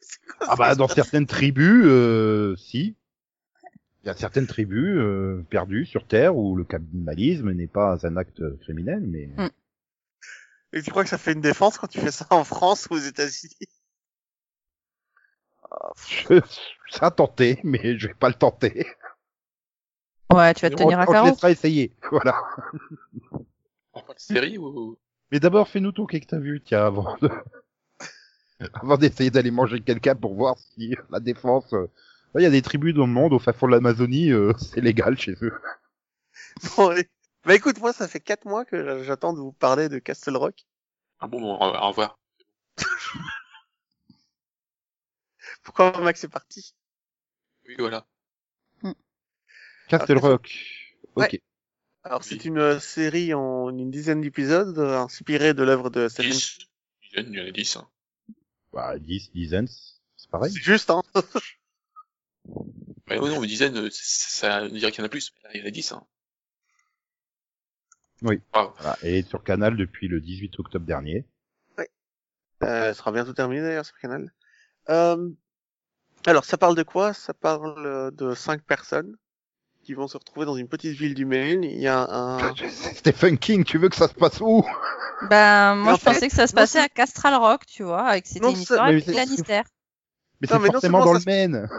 Ah bah dans certaines tribus, euh, si. Il y a certaines tribus euh, perdues sur Terre où le cannibalisme n'est pas un acte criminel, mais Mm. Et tu crois que ça fait une défense quand tu fais ça en France ou aux États-Unis? ça a tenté, mais je vais pas le tenter. Ouais, tu vas te On- tenir à on te carreau. laissera essayer, voilà. série ou Mais d'abord, fais-nous ton quai que t'as vu, tiens, avant de... avant d'essayer d'aller manger quelqu'un pour voir si la défense... euh, ouais, Il y a des tribus dans le monde, au fin fond de l'Amazonie, euh, c'est légal chez eux. Bon, et- bah écoute, moi ça fait quatre mois que j'a- j'attends de vous parler de Castle Rock. Ah bon, bon, au au revoir. Pourquoi Max est parti Oui, voilà. Castle Rock. Ouais. Ok. Alors Oui. c'est une euh, série en une dizaine d'épisodes euh, inspirée de l'œuvre de Stephen. King. 10. Il y en a- il y en a 10. Hein. Bah, 10, dizaines, c'est C'est pareil. juste hein. Bah, oui, non, mais dizaine, euh, c- c- ça on dirait qu'il y en a plus. mais là, Il y en a 10. Hein. Voilà. Et elle est sur Canal depuis le 18 octobre dernier. Euh, elle sera bientôt terminée d'ailleurs sur Canal. Euh, alors ça parle de quoi Ça parle euh, de cinq personnes qui vont se retrouver dans une petite ville du Maine. Il y a un Stephen King, tu veux que ça se passe où Ben, moi, en je fait, pensais que ça se non, passait c'est- à Castral Rock, tu vois, avec cette Non, une c'est- histoire mais avec c'est- les Lannister. Mais Non, c'est mais non forcément seulement dans le ça Maine.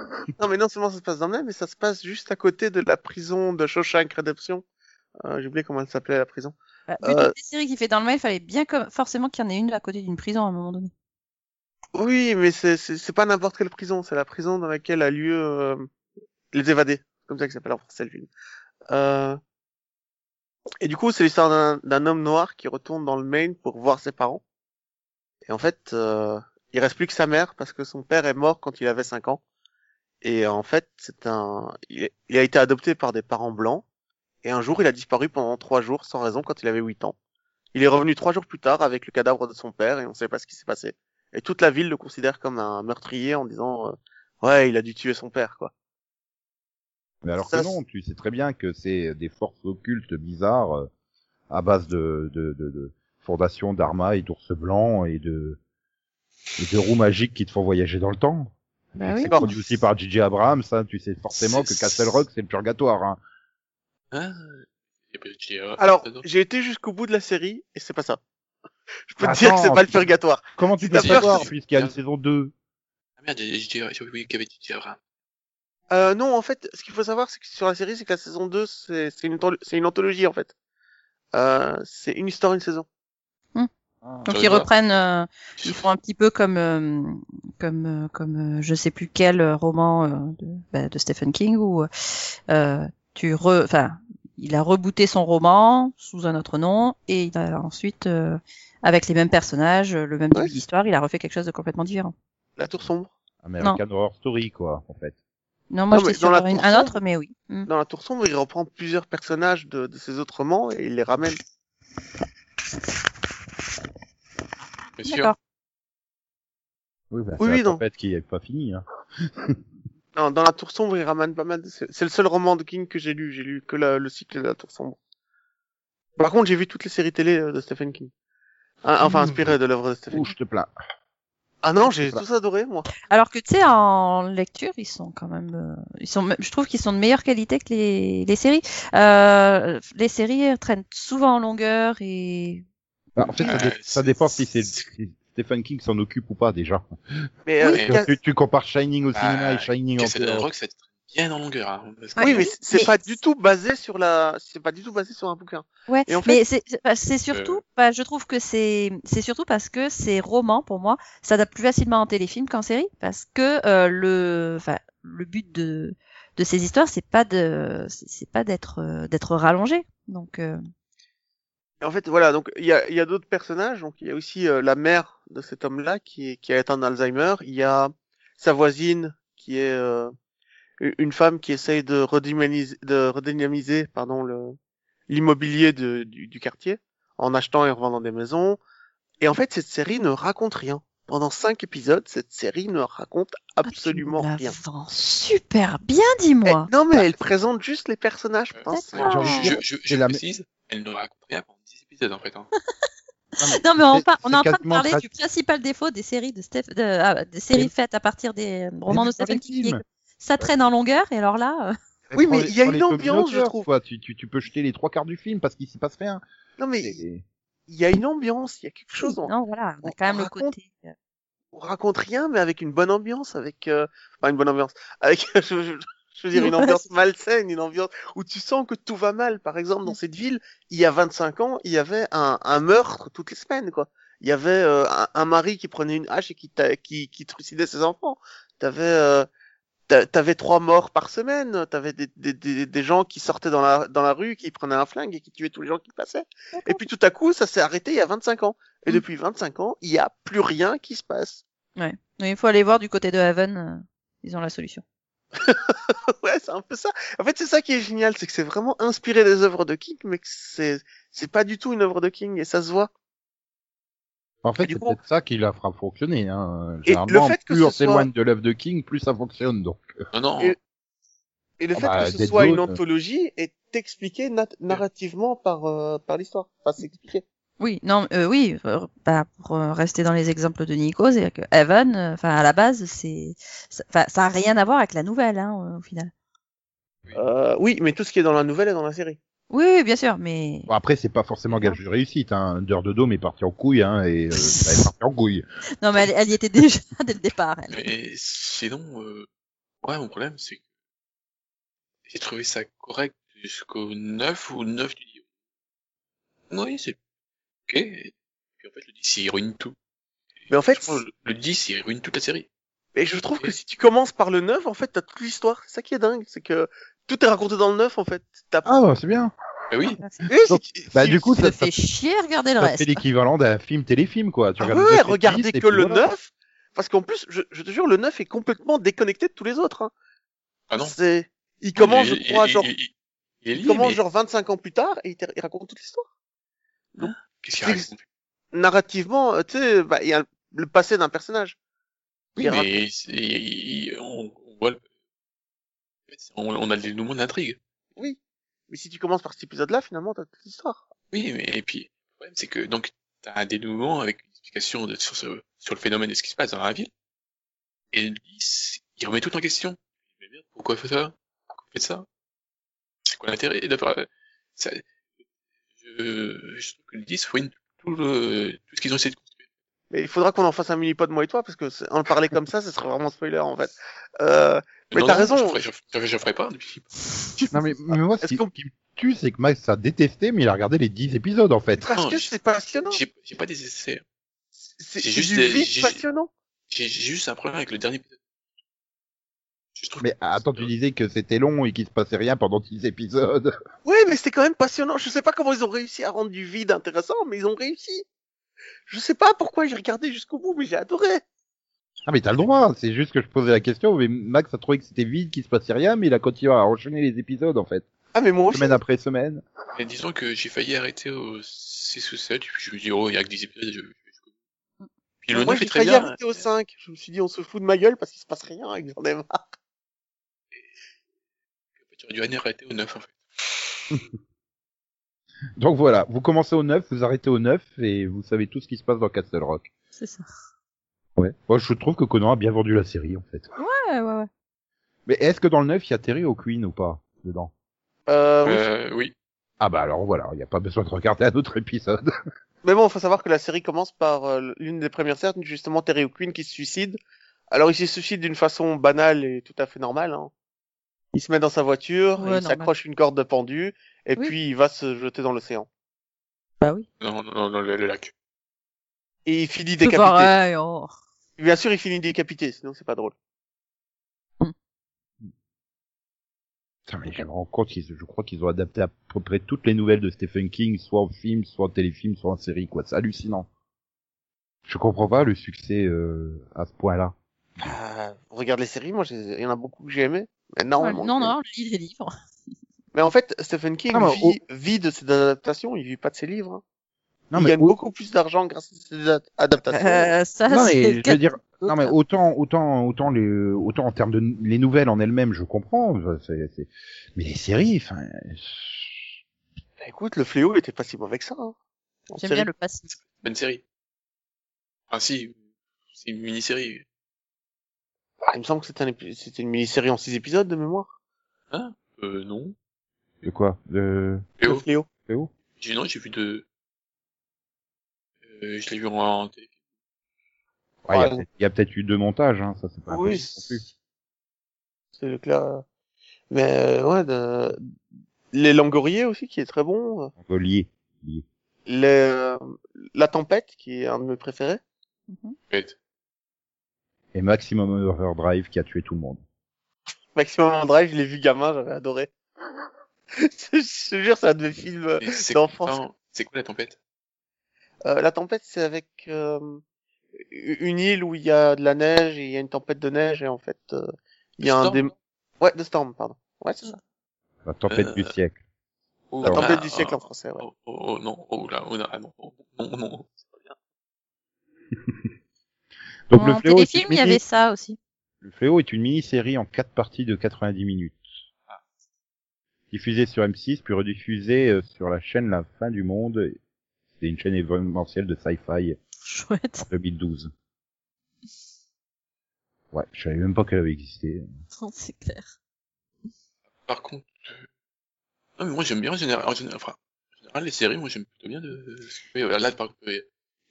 Non, mais non seulement ça se passe dans le même, mais ça se passe juste à côté de la prison de Shawshank Redemption. Euh, J'ai oublié comment elle s'appelait la prison. Bah, vu Euh, toutes les séries qu'il fait dans le mail, il fallait bien comme... forcément qu'il y en ait une à côté d'une prison à un moment donné. Oui, mais c'est c'est c'est pas n'importe quelle prison, c'est la prison dans laquelle a lieu euh, les évadés, C'est comme ça que s'appelle en français le film. Euh, Et du coup, c'est l'histoire d'un- d'un homme noir qui retourne dans le Maine pour voir ses parents. Et en fait, euh, il reste plus que sa mère parce que son père est mort quand il avait 5 ans. Et en fait, c'est un, il est- il a été adopté par des parents blancs. Et un jour, il a disparu pendant 3 jours sans raison quand il avait 8 ans. Il est revenu 3 jours plus tard avec le cadavre de son père et on sait pas ce qui s'est passé. Et toute la ville le considère comme un meurtrier en disant euh, ouais il a dû tuer son père quoi. Mais alors Ça, que non, tu sais très bien que c'est des forces occultes bizarres euh, à base de, de, de, de fondations d'arma et d'ours blancs et de, et de roues magiques qui te font voyager dans le temps. Bah Et oui. C'est produit aussi par J.J. Abrams, hein, tu sais forcément que C'est- Castle Rock c'est le purgatoire. Hein. Hein Et puis, j'ai, euh, Alors pardon. j'ai été jusqu'au bout de la série et c'est pas ça. Je peux te Attends, dire que c'est pas le purgatoire. Comment tu Si peux t'as peur, savoir c'est- puisqu'il y a une saison 2 Ah merde, j'ai dit, j'ai oublié qu'avait dit Abraham. Euh, non en fait ce qu'il faut savoir c'est que sur la série c'est que la saison 2 c'est c'est une antholo- c'est une anthologie en fait. Euh, c'est une histoire une saison. Donc Ouais, ils voilà. reprennent, euh, ils font un petit peu comme, euh, comme, euh, comme euh, je sais plus quel euh, roman euh, de, bah, de Stephen King où euh, tu re, enfin, il a rebooté son roman sous un autre nom et il a ensuite, euh, avec les mêmes personnages, euh, le même Ouais. type d'histoire, il a refait quelque chose de complètement différent. La tour sombre. American Horror Story quoi en fait. Non, moi Non, mais j'étais sur dans la un, poursuite- un autre, mais oui. Mm. Dans la tour sombre il reprend plusieurs personnages de, de ses autres romans et il les ramène. Bien sûr. D'accord. Oui, bah, Oui, oui, c'est non. en fait qui est pas fini. Hein. Non, dans la tour sombre il ramène pas mal. de- C'est c'est le seul roman de King que j'ai lu. J'ai lu que la- le cycle de la tour sombre. Par contre, j'ai vu toutes les séries télé euh, de Stephen King. Ah, enfin, Mmh. inspirées de l'œuvre de Stephen Ouh, King. je te plains. Ah non, j'ai Voilà. tous adoré, moi. Alors que tu sais, en lecture, ils sont quand même, euh, ils sont, me- je trouve qu'ils sont de meilleure qualité que les, les séries. Euh, les séries elles traînent souvent en longueur et Bah, en fait, ça, dé- Ouais, ça c'est- dépend si c'est c'est- si Stephen King s'en occupe ou pas déjà. Mais, Oui, euh, mais- Ca- Tu, tu compares Shining au cinéma Bah, et Shining en Castle théâtre. Rock, ça te traîne bien en longueur. Hein, parce que- oui, mais c'est mais- pas du tout basé sur la, c'est pas du tout basé sur un bouquin. ouais. Et en mais c'est- c'est bah, c'est surtout, Euh. bah, je trouve que c'est, c'est surtout parce que ces romans, pour moi, s'adaptent plus facilement en téléfilm qu'en série, parce que euh, le, enfin, le but de de ces histoires, c'est pas de, c'est c'est pas d'être euh, d'être rallongé. Donc euh, Et en fait, voilà, donc il y a, il y a d'autres personnages. Donc il y a aussi euh, la mère de cet homme-là qui, est- qui a atteint d'Alzheimer. Il y a sa voisine qui est euh, u- une femme qui essaye de redynamiser, de redynamiser pardon, le, l'immobilier de- du, du quartier en achetant et revendant des maisons. Et en fait, cette série ne raconte rien. Pendant cinq épisodes, cette série ne raconte ah, tu absolument la rien. vends super bien, dis-moi. Eh, non, mais elle présente juste les personnages. putain, c'est- D'accord. Je, je, je C'est la- précise, elle ne raconte rien pendant 10 épisodes en fait. Hein. Non, mais on, C'est- par- on est c'est en train de quasiment parler tra- du principal défaut des séries de Steph- de- ah, des séries Mais- faites à partir des euh, romans de mais dans les Stephen King. qui est- films. Ça traîne en longueur, et alors là, euh, Oui, Prends mais les- il y a prends une les Tommy ambiance, je Knockers, trouve. quoi. Tu, tu, tu peux jeter les trois quarts du film parce qu'il s'y passe rien. Non, mais C'est- il y a une ambiance, il y a quelque chose. en- non, voilà, on a on- quand même on le raconte- côté. euh, on raconte rien, mais avec une bonne ambiance, avec euh, enfin, une bonne ambiance, avec je, je- Je veux dire, une Ouais. ambiance malsaine, une ambiance où tu sens que tout va mal. Par exemple, dans cette ville, il y a 25 ans, il y avait un, un meurtre toutes les semaines, quoi. Il y avait euh, un, un mari qui prenait une hache et qui, t'a- qui, qui trucidait ses enfants. T'avais, euh, t'a- t'avais trois morts par semaine. T'avais des, des, des, des gens qui sortaient dans la, dans la rue, qui prenaient un flingue et qui tuaient tous les gens qui passaient. Et puis tout à coup, ça s'est arrêté il y a 25 ans. Et Mm. depuis 25 ans, il y a plus rien qui se passe. Mais il faut aller voir du côté de Haven, euh, ils ont la solution. ouais, c'est un peu ça. En fait, c'est ça qui est génial, c'est que c'est vraiment inspiré des œuvres de King, mais que c'est c'est pas du tout une œuvre de King et ça se voit. En fait, Du c'est coup- peut-être ça qui la fera fonctionner. Hein. Et Généralement, le fait que plus ce on s'éloigne de l'œuvre de King, plus ça fonctionne. Donc, Non, non. Et- Et le Ah fait bah, que ce Dead soit une Zone. anthologie est expliqué na- narrativement par euh, par l'histoire. Enfin, c'est expliqué. Oui, non, euh, oui, euh, bah, pour euh, rester dans les exemples de Nico, c'est que Haven, euh, enfin à la base, c'est, ça- enfin ça a rien à voir avec la nouvelle, hein, au final. Euh, oui, mais tout ce qui est dans la nouvelle est dans la série. Oui, oui, bien sûr, mais Bon, après, c'est pas forcément gage de réussite. Hein. Under the Dome est parti en couille, hein, et euh, ça est parti en couille. non, mais elle, elle y était déjà dès le départ. elle. Mais sinon, euh, ouais, mon problème, c'est que j'ai trouvé ça correct jusqu'au 9 ou 9 du dieu. Oui, c'est ok. Et puis en fait, le 10, il ruine tout. Mais en fait, Franchement, le- le 10, il ruine toute la série. mais je trouve que si tu commences par le 9, en fait, t'as toute l'histoire. C'est ça qui est dingue, c'est que tout est raconté dans le 9, en fait. T'as... Ah, bah, c'est bien. Bah oui, Oui, si Donc, tu- Bah, si- du coup, Ça ça, me ça, fait chier à regarder le ça fait reste. l'équivalent d'un film téléfilm, quoi. Tu Ah regardes ouais, neuf et regardez dix, et que puis le voilà. 9, parce qu'en plus, je, je te jure, le 9 est complètement déconnecté de tous les autres. Hein. ah non. C'est, il commence, Il- je crois, il- genre, il- il- il est il lié, commence mais genre 25 ans plus tard et il, te- il raconte toute l'histoire. qu'est-ce qu'il raconte Narrativement, euh, tu sais, bah, il y a le passé d'un personnage. Oui, Il raconte- mais c'est- il- il- on, on voit le- on, on a le dénouement de l'intrigue. Oui. Mais si tu commences par cet épisode-là, finalement, t'as toute l'histoire. Oui, mais et puis, le problème, c'est que donc, t'as un dénouement avec une explication de, sur, ce, sur le phénomène de ce qui se passe dans la ville, et le 10, il remet tout en question. Mais merde, pourquoi fait ça Pourquoi fait ça C'est quoi l'intérêt de faire- ça- je, je trouve que le 10 ruine tout, le, tout ce qu'ils ont essayé de construire. Mais il faudra qu'on en fasse un mini-pod, moi et toi, parce que c'est- en parler comme ça, ce serait vraiment spoiler, en fait. Euh, Mais Non, t'as non, raison. Je ferai, je, ferai- je ferai pas. depuis- Non, mais, mais moi, ce Est-ce qui, qu'on- ce qui me tue, c'est que Max a détesté, mais il a regardé les 10 épisodes, en fait. parce Non, que je- c'est passionnant. J'ai j'ai pas des essais. C'est, j'ai c'est juste du des- vide j'ai- passionnant. J'ai j'ai juste un problème avec le dernier épisode. Je trouve Mais ah, que- attends, tu disais que c'était long et qu'il se passait rien pendant 10 épisodes. Ouais, mais c'était quand même passionnant. Je sais pas comment ils ont réussi à rendre du vide intéressant, mais ils ont réussi. Je sais pas pourquoi j'ai regardé jusqu'au bout, mais j'ai adoré. Ah mais t'as le droit, c'est juste que je posais la question, mais Max a trouvé que c'était vide, qu'il se passait rien, mais il a continué à enchaîner les épisodes en fait, Ah, mais moi aussi. semaine après semaine. Mais disons que j'ai failli arrêter au 6 ou 7, puis je me dis, oh, il y a que 10 épisodes. Je... je- Puis le Mm. moi, 9 est j'ai très failli bien. arrêter au 5. Je me suis dit, on se fout de ma gueule parce qu'il se passe rien et que j'en ai marre. J'aurais dû arrêter au 9, en fait. Donc voilà, vous commencez au 9, vous arrêtez au 9 et vous savez tout ce qui se passe dans Castle Rock. C'est ça. Ouais. Moi je trouve que Conan a bien vendu la série en fait. Ouais, ouais, ouais. Mais est-ce que dans le 9 il y a Terry au Queen ou pas dedans Euh, oui. Euh, oui. Ah bah alors voilà, il n'y a pas besoin de regarder un autre épisode. Mais bon, faut savoir que la série commence par euh, l'une des premières scènes, justement Terry O'Quinn qui se suicide. Alors, il se suicide d'une façon banale et tout à fait normale. Hein. Il se met dans sa voiture, Ouais, et il normal. s'accroche une corde de pendu, et Oui. puis il va se jeter dans l'océan. Bah oui. Non, non, non, non, le, le lac. Et il finit C'est décapité. pareil. oh. Bien sûr, il finit décapité, sinon c'est pas drôle. Putain mais je me rends compte qu'ils, je crois qu'ils ont adapté à peu près toutes les nouvelles de Stephen King, soit en film, soit en téléfilm, soit en série quoi, c'est hallucinant. Je comprends pas le succès euh, à ce point-là. Bah, regarde les séries, moi, j'ai- il y en a beaucoup que j'ai aimé. Mais énormément. Ah, non, bah, oh. non, je lis les livres. Mais en fait, Stephen King Ah, mais vit, vit de ses adaptations, il vit pas de ses livres. hein. Non, il mais gagne au- beaucoup plus d'argent grâce à ses ad- adaptations. Euh, ça, non c'est mais le je veux cas dire, de non mais l'autre. autant autant autant les autant en termes de n- les nouvelles en elles-mêmes, je comprends. c'est- c'est- Mais les séries, enfin, euh, Bah, écoute, le fléau était pas si mauvais que ça. hein. En J'aime série. bien le passé. C'est pas une série. Ah si, c'est une mini-série. Ah, il me semble que c'était un épi- c'était une mini-série en six épisodes de mémoire. Euh, non. de quoi De Le Léo, fléau. c'est où j'ai, non, j'ai vu de... Euh, je l'ai vu en, en télé. Ouais, Ah, Il y a Ouais. peut-être- il y a peut-être eu deux montages, hein, ça c'est pas. Oui, impossible non plus. c'est le clair. Mais euh, ouais, de- les Langoriers aussi, qui est très bon. Golier. Les, euh, La Tempête, qui est un de mes préférés. Bête. Et Maximum Overdrive qui a tué tout le monde. Maximum Andrive, je l'ai vu gamin, j'avais adoré. je te jure, c'est un de mes films. euh, Mais c'est D'enfance. attends, c'est quoi la tempête Euh, la tempête, c'est avec euh, une île où il y a de la neige, et il y a une tempête de neige, et en fait, euh, il y a Le un Storm dé... Ouais, de Storm, pardon. Ouais, c'est ça. Ah La tempête Euh, du siècle. Oh, La Storm. tempête ah, du siècle ah, en français, ouais. Oh, oh, oh, non, oh là, oh là, ah non, oh, non, non. Donc en le fléau, est téléfilm, une il y mini- avait ça aussi. le fléau est une mini-série en quatre parties de 90 minutes. Diffusée sur M6, puis rediffusée euh, sur la chaîne La Fin du Monde. C'est une chaîne événementielle de sci-fi Chouette. en 2012. Ouais, je savais même pas qu'elle avait existé. Non, C'est clair. Par contre, euh, non, mais moi j'aime bien en général, en général, enfin, en général, les séries, moi j'aime plutôt bien de. Oui, voilà, Là, par contre, euh,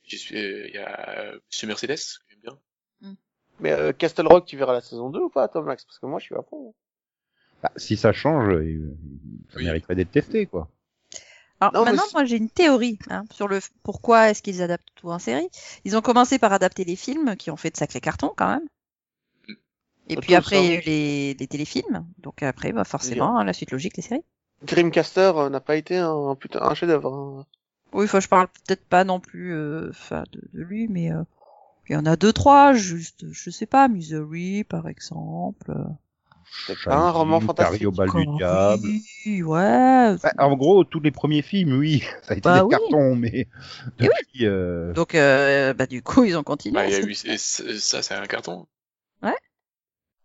j'y suis, euh, il y a euh, Monsieur Mercedes, que j'aime bien. Mais euh, Castle Rock, tu verras la saison 2 ou pas, toi, Max Parce que moi, je suis à fond. Bah, si ça change, euh, ça Oui. mériterait d'être testé, quoi. Alors Non, mais maintenant, c'est- moi j'ai une théorie hein, sur le f- pourquoi est-ce qu'ils adaptent tout en série. Ils ont commencé par adapter les films qui ont fait de sacrés cartons quand même. Et Pas puis tous, après, hein. il y a eu les, les téléfilms. Donc après, bah, forcément, hein, la suite logique, les séries. Dreamcaster euh, n'a pas été un, putain, un chef-d'œuvre. hein. Oui, enfin, je parle peut-être pas non plus euh, enfin, de, de lui, mais euh, il y en a deux, trois, juste, je sais pas, Misery, par exemple. C'est pas un roman fantastique. Cario Bal du Coralie, diable. ouais. Bah, en gros, tous les premiers films, oui, ça a été Bah des oui. cartons, mais Et oui. depuis, euh, Donc, euh, bah, du coup, ils ont continué. Bah, il y a c'est- eu, et c- ça, c'est un carton.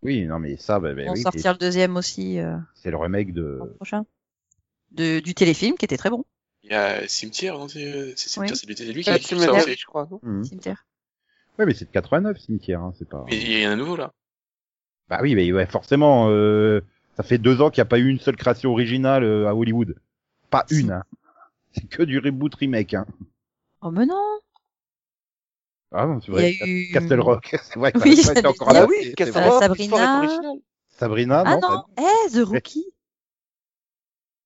oui, non mais ça, bah, bah Ils vont oui, sortir le deuxième aussi euh, c'est- c'est le remake de. l'an prochain. De, du téléfilm qui était très bon. Il y a Cimetière, non, c'est c'est Cimetière, Oui. c'est lui- c'est lui qui a Ouais, écrit tu ça m'énerves, aussi. je crois, non Mm. Mhm. Cimetière. Ouais, mais c'est de 89 cimetière, hein, c'est pas. Mais il y en a un nouveau là. Bah oui, mais ouais, forcément, euh, ça fait deux ans qu'il n'y a pas eu une seule création originale euh, à Hollywood, pas Si. une. Hein. C'est que du reboot remake. Hein. Oh, mais non! Ah non, c'est Il y a vrai. eu. Castle Rock, c'est vrai. que Oui, ça a pas j'allais été Ah encore dire, bah, là. oui, c'est Bah Castle vrai. Rock, Sabrina. l'histoire est originale. Sabrina, Ah non. non! bah, Eh, The Rookie!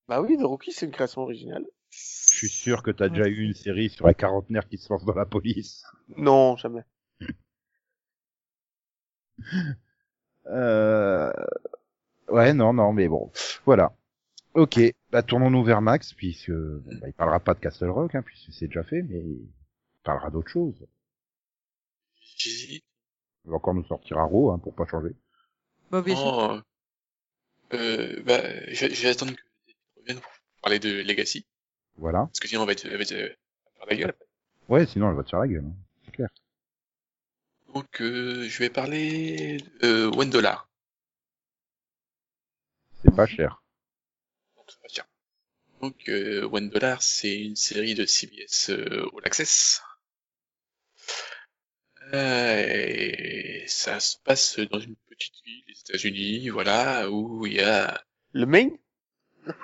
Bah oui, The Rookie, c'est une création originale. Je suis sûr que t'as déjà eu une série sur la quarantenaire qui se lance dans la police. Non, jamais. Euh... Ouais, non, non, mais bon, voilà. Ok, bah tournons-nous vers Max, puisque bon, bah, il parlera pas de Castle Rock, hein, puisque c'est déjà fait, mais il parlera d'autre chose. J'hésite. Il va encore nous sortir Arrow, hein, pour pas changer. Bah, bien sûr. Oh, euh, bah, je vais je vais attendre que tu reviennes pour parler de Legacy, Voilà. parce que sinon on va être, on va être, euh, on va faire la gueule. Ouais, sinon elle va te faire la gueule. hein. Donc, euh, je vais parler euh, One Dollar. C'est pas cher. Donc, c'est pas cher. Donc, euh, One Dollar, c'est une série de CBS euh, All Access. Euh, et ça se passe dans une petite ville des États-Unis, voilà, où il y a Le main Non.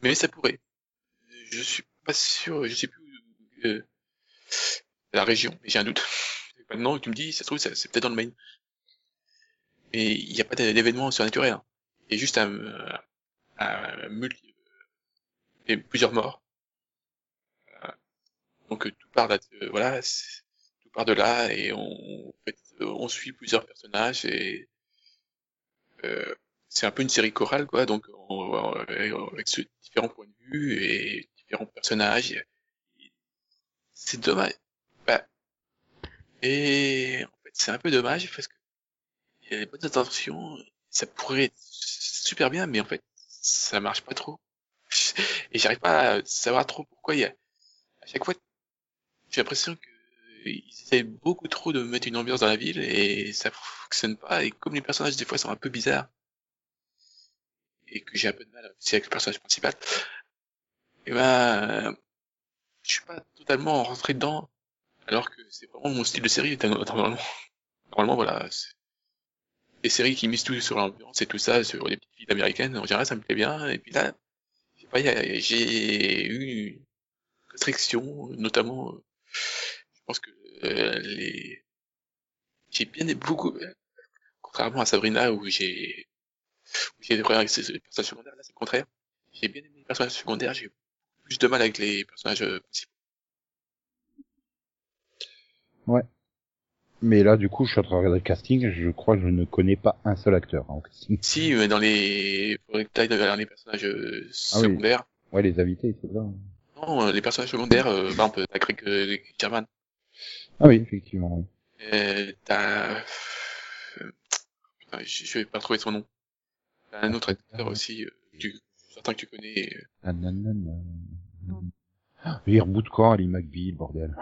Mais ça pourrait. Je suis pas sûr, je sais plus où- euh, la région, mais j'ai un doute. Maintenant, tu me dis, ça se trouve, ça- c'est peut-être dans le Maine. Mais il n'y a pas d'é- d'événement surnaturel. hein. Il y a juste un, euh, un multi, euh, et plusieurs morts. Euh, Donc euh, tout part là, euh, voilà, c'est- tout part de là et on, en fait, euh, on suit plusieurs personnages et euh, c'est un peu une série chorale, quoi, donc on- on- avec ce, différents points de vue et différents personnages. C'est dommage. Bah, et en fait, c'est un peu dommage parce que il y a des bonnes intentions, ça pourrait être super bien, mais en fait, ça marche pas trop. Et j'arrive pas à savoir trop pourquoi il y a. À chaque fois, j'ai l'impression que ils essayent beaucoup trop de mettre une ambiance dans la ville et ça fonctionne pas. Et comme les personnages des fois sont un peu bizarres et que j'ai un peu de mal aussi avec le personnage principal, et ben, euh, je suis pas totalement rentré dedans, alors que c'est vraiment mon style de série, normalement. Normalement, voilà, c'est- les séries qui misent tout sur l'ambiance et tout ça, sur les petites filles américaines, en général, ça me plaît bien, et puis là, je sais pas, il y a- j'ai eu une restriction, notamment, euh, je pense que euh, les, j'ai bien beaucoup, contrairement à Sabrina où j'ai où il y a des problèmes avec ses ses personnages secondaires, là c'est le contraire. J'ai bien aimé les personnages secondaires, j'ai eu plus de mal avec les personnages euh, principaux. Mais là, du coup, je suis en train de regarder le casting. Je crois que je ne connais pas un seul acteur hein, en casting. Si, mais dans les, pour les détails, dans les personnages euh, Ah oui. secondaires, Ouais, les invités, c'est ça. hein. non, euh, les personnages secondaires, euh, par exemple, t'as Greg euh, German, Ah oui, effectivement. Oui. Euh, t'as. euh, Putain, je je vais pas trouver son nom. T'as un autre Ah. acteur aussi, euh, que tu... certain que tu connais. euh, Nanana. Mais Ah, Il reboot quand, Ali McBeal, bordel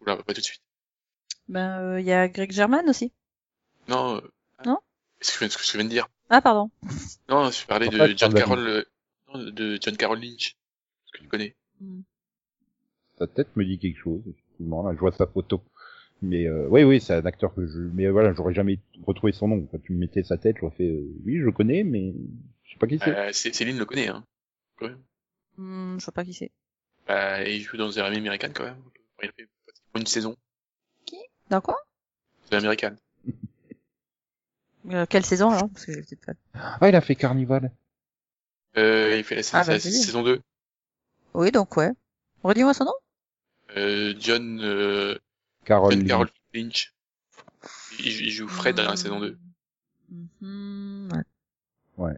Oula, pas tout de suite. Ben, euh, il y a Greg German aussi. Non. euh, Non Est-ce que, est-ce que je viens de dire Ah, pardon. Non, je parlais de Pourquoi tu John parles Carroll, euh, non, de John Carroll Lynch. Est-ce que tu connais Sa tête me dit quelque chose, effectivement. Là, je vois sa photo. Mais euh, oui, oui, c'est un acteur que je... Mais voilà, j'aurais jamais retrouvé son nom. Quand tu me mettais sa tête, j'aurais fait... euh, oui, je connais, mais je sais pas qui c'est. Euh, Cé- Céline le connaît, hein. Quand même. Hmm, je vois pas qui c'est. Bah, et il joue dans The Army American quand même. Il a fait pour une saison. Dans quoi The American. Euh, Quelle saison alors Parce que j'ai peut-être pas. Ah, il a fait Carnival. Euh, il fait la, sa- Ah, bah, sa- c'est bien. saison 2. Oui, donc ouais. Redis-moi son nom. Euh, John, euh, Carol. John Carroll Lynch. Il, il joue Fred Hmm. dans la saison 2. Mhm, ouais.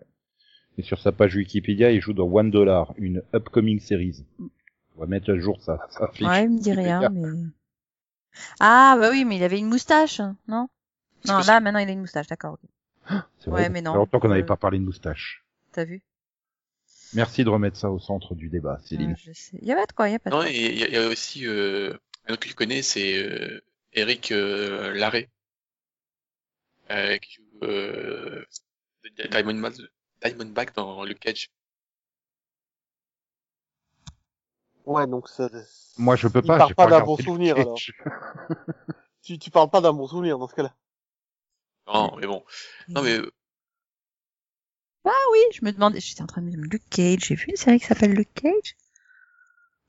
Et sur sa page Wikipédia, il joue dans One Dollar, une upcoming series. On va mettre à jour ça. ça affiche. Ouais, il me dit Wikipédia. rien, mais. Ah, bah oui, mais il avait une moustache, non C'est Non, possible. là, maintenant, il a une moustache, d'accord, ok. C'est Ouais, mais ça non. fait longtemps qu'on n'avait Euh, pas parlé de moustache. T'as vu Merci de remettre ça au centre du débat, Céline. Ouais, Ah, je sais. Y a pas de quoi, y a pas de Non, quoi. et il y, a- il y a aussi euh, un autre que tu connais, c'est euh, Eric euh, Larrey, euh, qui joue euh, Diamondback, Diamondback dans Luke Cage. Ouais, donc ça. Moi, je peux Il pas. part j'ai pas d'un regardé bon le souvenir, sketch. alors. Tu, tu parles pas d'un bon souvenir dans ce cas-là. Non, mais bon. Non, mais euh, Ah oui, je me demandais, j'étais en train de me dire Luke Cage, j'ai vu une série qui s'appelle Luke Cage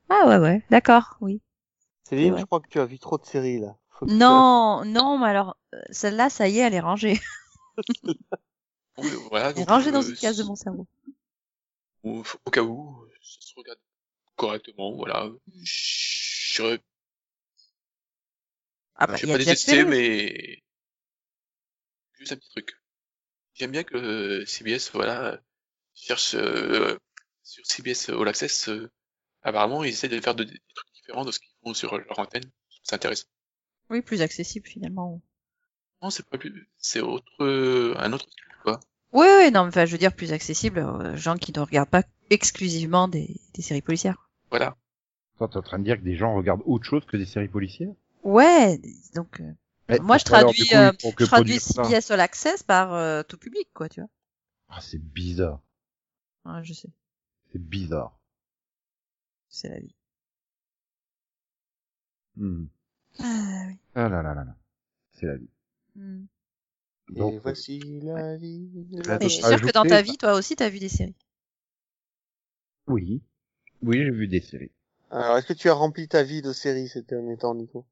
Ah ouais, ouais, d'accord, oui. Céline, Ouais. je crois que tu as vu trop de séries là. Faut que- Non, non, mais alors, euh, celle-là, ça y est, elle est rangée. oui, Elle voilà. est donc, rangée Ah, euh, dans une case de mon cerveau. au, au cas où, ça se regarde correctement, voilà. Je Ah j'ai il y a Jeff pas détesté, Bezos. mais juste un petit truc. J'aime bien que euh, CBS, voilà, cherche euh, sur CBS All Access. euh, apparemment, ils essaient de faire de- des trucs différents de ce qu'ils font sur leur antenne. Je trouve ça intéressant. Oui, plus accessible finalement. Non, c'est pas plus, c'est autre, euh, un autre truc, quoi. Oui, oui, non, mais enfin, je veux dire plus accessible aux gens qui ne regardent pas exclusivement des, des séries policières. Voilà. Toi, t'es en train de dire que des gens regardent autre chose que des séries policières Ouais, donc euh, Eh, Moi, je alors, du traduis, coup, euh, ils font que je traduis produire ça. CBS All Access par euh, tout public, quoi, tu Ah, c'est bizarre. vois. Ouais, je sais, C'est bizarre. c'est la vie. Hmm. Ah, oui. Ah là là là là. C'est la vie. Hmm. Et Donc, euh, voici la vie. la Mais je suis Ah, sûre que dans ta ajouter, vie, toi aussi, t'as vu des séries. oui. Oui, j'ai vu des séries. Alors, est-ce que tu as rempli ta vie de séries ces derniers temps, Nico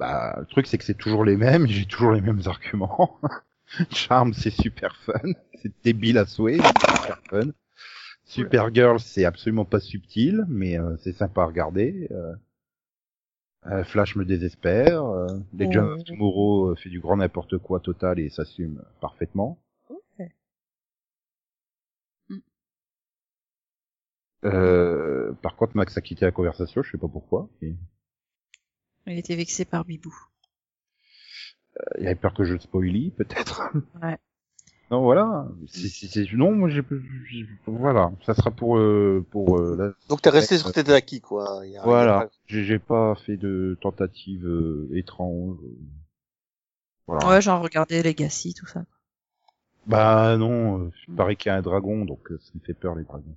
Bah, le truc, c'est que c'est toujours les mêmes, j'ai toujours les mêmes arguments. Charme, c'est super fun. C'est débile à souhait, mais c'est super fun. Supergirl, c'est absolument pas subtil, mais euh, c'est sympa à regarder. euh. Euh, Flash me désespère. euh, Legend of Tomorrow euh, fait du grand n'importe quoi total et s'assume parfaitement. Mm. Euh, par contre, Max a quitté la conversation, je sais pas pourquoi. mais- Il était vexé par Bibou. Il avait peur que je le spoilie, peut-être. Ouais. Non, voilà. C'est, c'est, c'est- Non, moi, j'ai... j'ai- Voilà, ça sera pour... euh, pour euh, la- Donc, t'es resté Ouais, sur euh, tes acquis, quoi. Il y a- Voilà. J'ai, j'ai pas fait de tentative euh, étrange. Voilà. Ouais, genre regardais Legacy, tout ça. Bah non, euh, Mm. il paraît qu'il y a un dragon, donc euh, ça me fait peur, les dragons.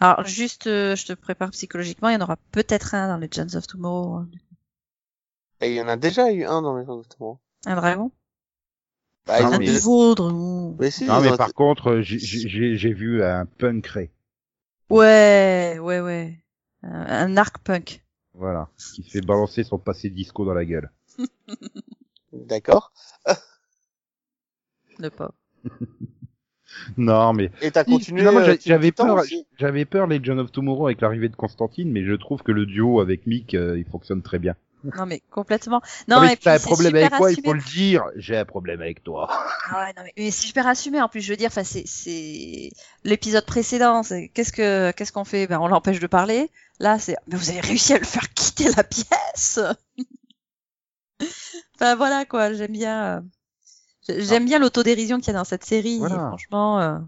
Alors, juste, euh, je te prépare psychologiquement, il y en aura peut-être un dans Legends of Tomorrow. hein. Et il y en a déjà eu un dans les gens justement. Un dragon Bah, ils Non, mais- ont déjà- nouveau dragon. Mais si, Non, ils mais ont- par contre, euh, j'ai, j'ai- j'ai, j'ai vu un punk ray. Ouais, ouais, ouais. Un- un arc punk. Voilà. Qui se fait balancer son passé disco dans la gueule. D'accord. Le pauvre. Non, mais Et t'as Si, continué. non, moi, euh, j'a- Teen j'avais Titans peur, aussi j'avais peur Legend of Tomorrow avec l'arrivée de Constantine, mais je trouve que le duo avec Mick, euh, il fonctionne très bien. Non, mais complètement. Non, Ah, mais et si puis t'as un c'est problème super avec quoi, il assumé. faut le dire. J'ai un problème avec toi. Ah ouais, non, mais, mais c'est super assumé. En plus, je veux dire, enfin, c'est, c'est l'épisode précédent. C'est qu'est-ce que, qu'est-ce qu'on fait Ben, on l'empêche de parler. Là, c'est, mais vous avez réussi à le faire quitter la pièce. enfin voilà quoi. J'aime bien, euh, j'ai- j'aime bien l'autodérision qu'il y a dans cette série. et Voilà. franchement, euh,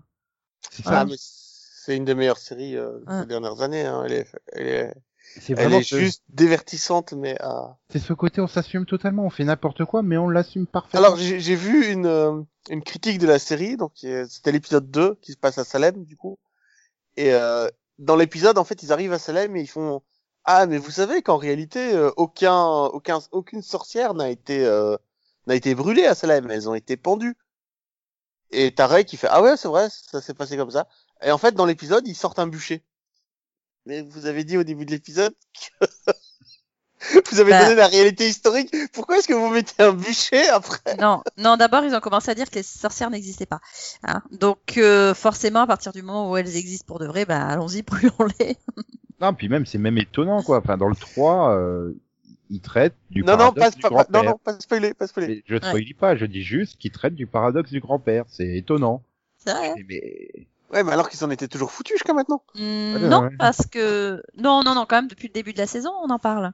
C'est Ah, ça. mais c'est une des meilleures séries euh, Ouais. ces dernières années. Hein. Elle est, elle est, c'est elle Ah. vraiment est ce- juste divertissante, mais ah. c'est ce côté, on s'assume totalement. On fait n'importe quoi, mais on l'assume parfaitement. Alors j'ai j'ai vu une euh, une critique de la série, donc euh, c'était l'épisode 2 qui se passe à Salem du coup. Et euh, dans l'épisode, en fait, ils arrivent à Salem et ils font ah mais vous savez qu'en réalité euh, aucun aucun aucune sorcière n'a été euh, n'a été brûlée à Salem, elles ont été pendues. Et Tarek qui fait ah ouais c'est vrai ça s'est passé comme ça. Et en fait dans l'épisode ils sortent un bûcher. Mais vous avez dit au début de l'épisode que vous avez Bah. donné la réalité historique. Pourquoi est-ce que vous mettez un bûcher après? non, non. D'abord, ils ont commencé à dire que les sorcières n'existaient pas. hein. Donc, euh, forcément, à partir du moment où elles existent pour de vrai, ben, allons-y, brûlons-les. Non, puis même, c'est même étonnant, quoi. Enfin, dans le 3, euh, il traite du non, non, paradoxe pas, du pas, pas- grand-père. non, non, pas spoiler, pas spoiler. Mais Je ne spoilie pas, je dis juste qu'il traite du paradoxe du grand-père. C'est étonnant. C'est vrai, hein. Mais- Mais... Ouais, mais alors qu'ils en étaient toujours foutus jusqu'à maintenant. Hmm, Ouais, non, ouais. parce que non, non, non, quand même depuis le début de la saison, on en parle.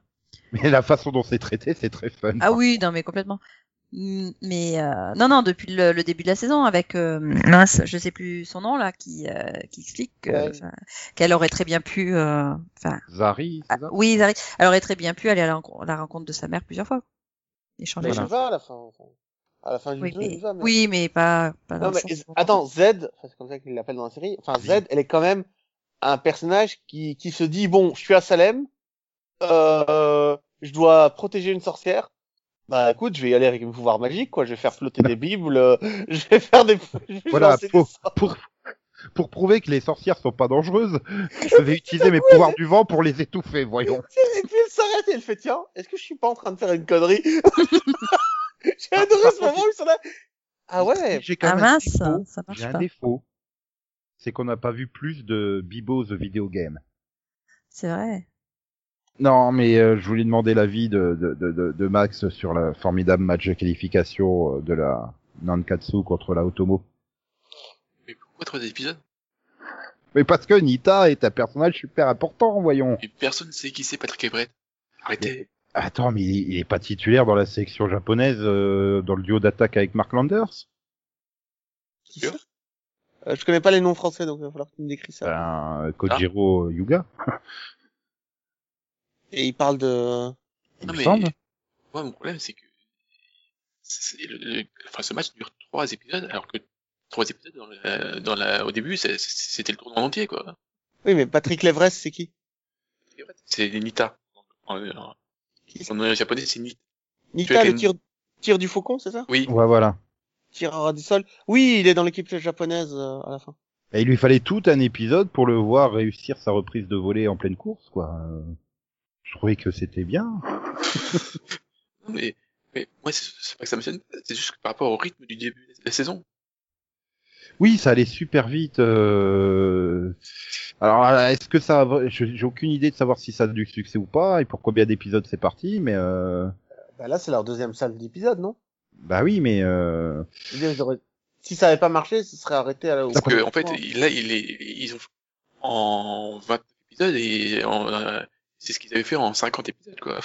mais la façon dont c'est traité, c'est très fun. Ah oui, non, mais complètement. Hmm, Mais euh, non, non, depuis le, le début de la saison, avec euh, mince, je sais plus son nom là, qui euh, qui explique que, Ouais. enfin, qu'elle aurait très bien pu, euh, enfin, Zari, c'est ça oui, Zari- elle aurait très bien pu aller à la, rencontre- la rencontre de sa mère plusieurs fois, échanger. Mais Voilà. il va à la fin. enfin. À la fin du Oui, jeu, il mais, va. mais- oui, mais pas, pas dans Non, le mais sens où- attends, Z, enfin, c'est comme ça qu'il l'appelle dans la série. Enfin, Z, elle est quand même un personnage qui, qui se dit bon, je suis à Salem, euh, je dois protéger une sorcière. Bah écoute, je vais y aller avec mes pouvoirs magiques, quoi. Je vais faire flotter des bibles, euh, je vais faire des. je vais Voilà, lancer des pour- sorts. pour, pour prouver que les sorcières sont pas dangereuses, je vais utiliser mes pouvoirs du vent pour les étouffer, voyons. Et puis elle s'arrête et elle fait tiens, est-ce que je suis pas en train de faire une connerie J'ai adoré ce moment où ils sont là. Ah ouais. J'ai quand Ah même un mince, défaut. ça marche J'ai un pas. défaut. C'est qu'on n'a pas vu plus de Bibo the Video Game. C'est vrai. Non, mais euh, je voulais demander l'avis de, de, de, de- de Max sur la formidable match de qualification euh, de la Nankatsu contre la Otomo. Mais pourquoi trois épisodes Mais parce que Nita est un personnage super important, voyons. Et personne ne sait qui c'est Patrick Ebret. Arrêtez. Attends, mais il, il est pas titulaire dans la sélection japonaise, euh, dans le duo d'attaque avec Mark Landers Sûr Euh, je connais pas les noms français donc il va falloir que tu me décris Bah. ça. Ah. Ben, euh, Kojiro Yuga, Et il parle de. il Non, me mais- semble. Moi, mon problème, c'est que c'est- le- le- enfin, ce match dure trois épisodes, alors que trois épisodes dans la, dans la, au début, c'est- c'était le tournoi entier, quoi. Oui mais Patrick Levrest c'est qui C'est Nita. En, en, son nom japonais, c'est Nita. Nita fais le une- tir tir du faucon c'est ça Oui, Ouais, voilà. Tireur du sol. Oui il est dans l'équipe japonaise euh, à la fin. Et il lui fallait tout un épisode pour le voir réussir sa reprise de volée en pleine course, quoi. Euh, Je trouvais que c'était bien. Non, mais, mais moi, c'est c'est pas que ça me gêne, c'est juste que par rapport au rythme du début de la saison. Oui, ça allait super vite. euh. Alors, euh, est-ce que ça, a- je- j'ai aucune idée de savoir si ça a du succès ou pas et pour combien d'épisodes c'est parti, mais euh... Bah là c'est leur deuxième salve d'épisode non bah oui, mais euh... Je veux dire, ils auraient- Si ça avait pas marché, ce serait arrêté à la. au Parce que, premier en fait, point. il- là, il est, ils ont, en 20 épisodes, et en, euh, c'est ce qu'ils avaient fait en 50 épisodes, quoi.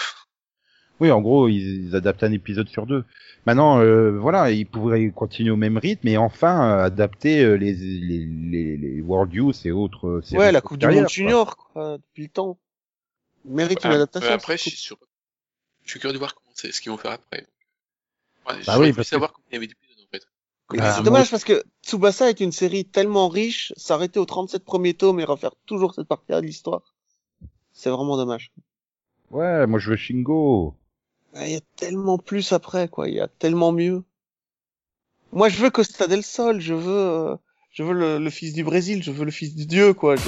oui, en gros, ils, ils adaptent un épisode sur deux. Maintenant, euh, voilà, ils pourraient continuer au même rythme et enfin euh, adapter euh, les, les, les, les World Youth et autres. euh, séries Ouais la Coupe du postérieures, Monde quoi. junior quoi depuis le temps. Il Mérite une Euh, adaptation. euh, cette après, je coupe. suis, sûr- je suis curieux de voir comment c'est, ce qu'ils vont faire après. Ouais, Bah je oui, voulais parce que- savoir combien il y avait d'épisodes, en fait. Mais Bah, c'est moi dommage parce que Tsubasa est une série tellement riche, s'arrêter aux 37 premiers tomes et refaire toujours cette partie-là de l'histoire, c'est vraiment dommage. Ouais, moi je veux Shingo. Ah, Il y a tellement plus après, quoi. Il y a tellement mieux. Moi, je veux Costa del Sol, je veux, euh, je veux le, le fils du Brésil, je veux le fils du dieu, quoi. Je...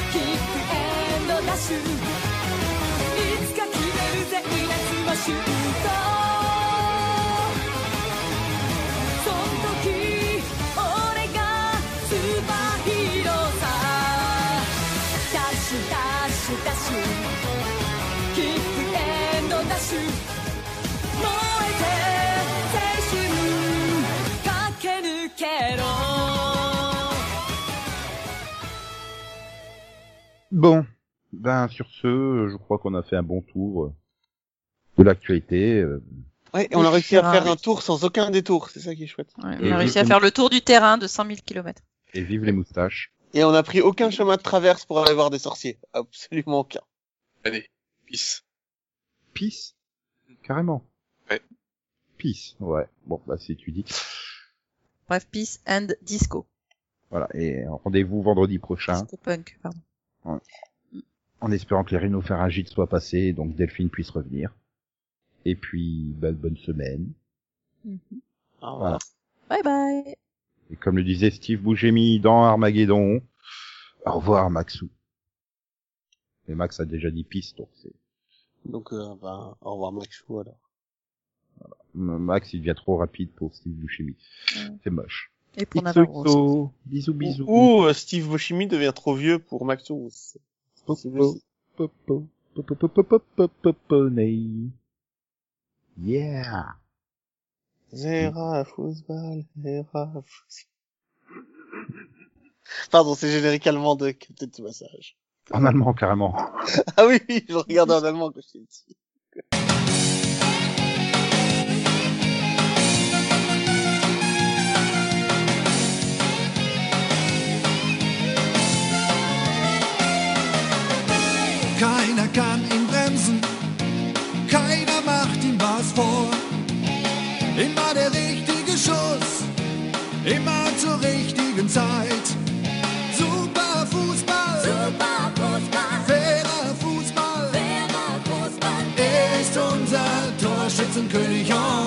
しいつか決めるぜ稲妻シュートそん時俺がスーパーヒーローさダッシュダッシュダッシュキックエンドダッシュ燃えて青春駆け抜けろ Bon, ben sur ce, je crois qu'on a fait un bon tour euh, de l'actualité. euh, Ouais, et on a Oui, réussi à Gérard, faire oui. un tour sans aucun détour, c'est ça qui est chouette. Ouais, Et on a réussi à justement- faire le tour du terrain de 100 000 km. Et vive les moustaches. Et on a pris aucun chemin de traverse pour aller voir des sorciers. Absolument aucun. Allez, peace. Peace. Carrément. Ouais. Peace. Ouais. Bon, bah si tu dis. Bref, peace and disco. Voilà. Et rendez-vous vendredi prochain, Disco punk, pardon. en espérant que les rhinopharyngites soient passés et donc Delphine puisse revenir. Et puis, bah, bonne semaine. Ah, Voilà. Bye bye. Et comme le disait Steve Buscemi dans Armageddon, au revoir Maxou. Mais Max a déjà dit peace, donc c'est... Donc, euh, ben, au revoir Maxou alors. Max, il devient trop rapide pour Steve Buscemi. C'est moche. Et pour Navarro. aussi. Ixo, Bisous, bisous. Ou, ou, euh, Steve Buscemi devient trop vieux pour Maxou. C'est- c'est possible. Popo, popo, popo, popo, poponei. Yeah. Gérard, football, Gérard, football. Pardon, c'est générique allemand de Captain du Massage. En allemand, carrément. Ah oui, oui, je regardais en allemand quand j'étais petit. Keiner kann ihn bremsen, keiner macht ihm was vor. Immer der richtige Schuss, immer zur richtigen Zeit. Super Fußball, Super Fußball, fairer Fußball fairer Fußball. ist unser Torschützenkönig. Oh.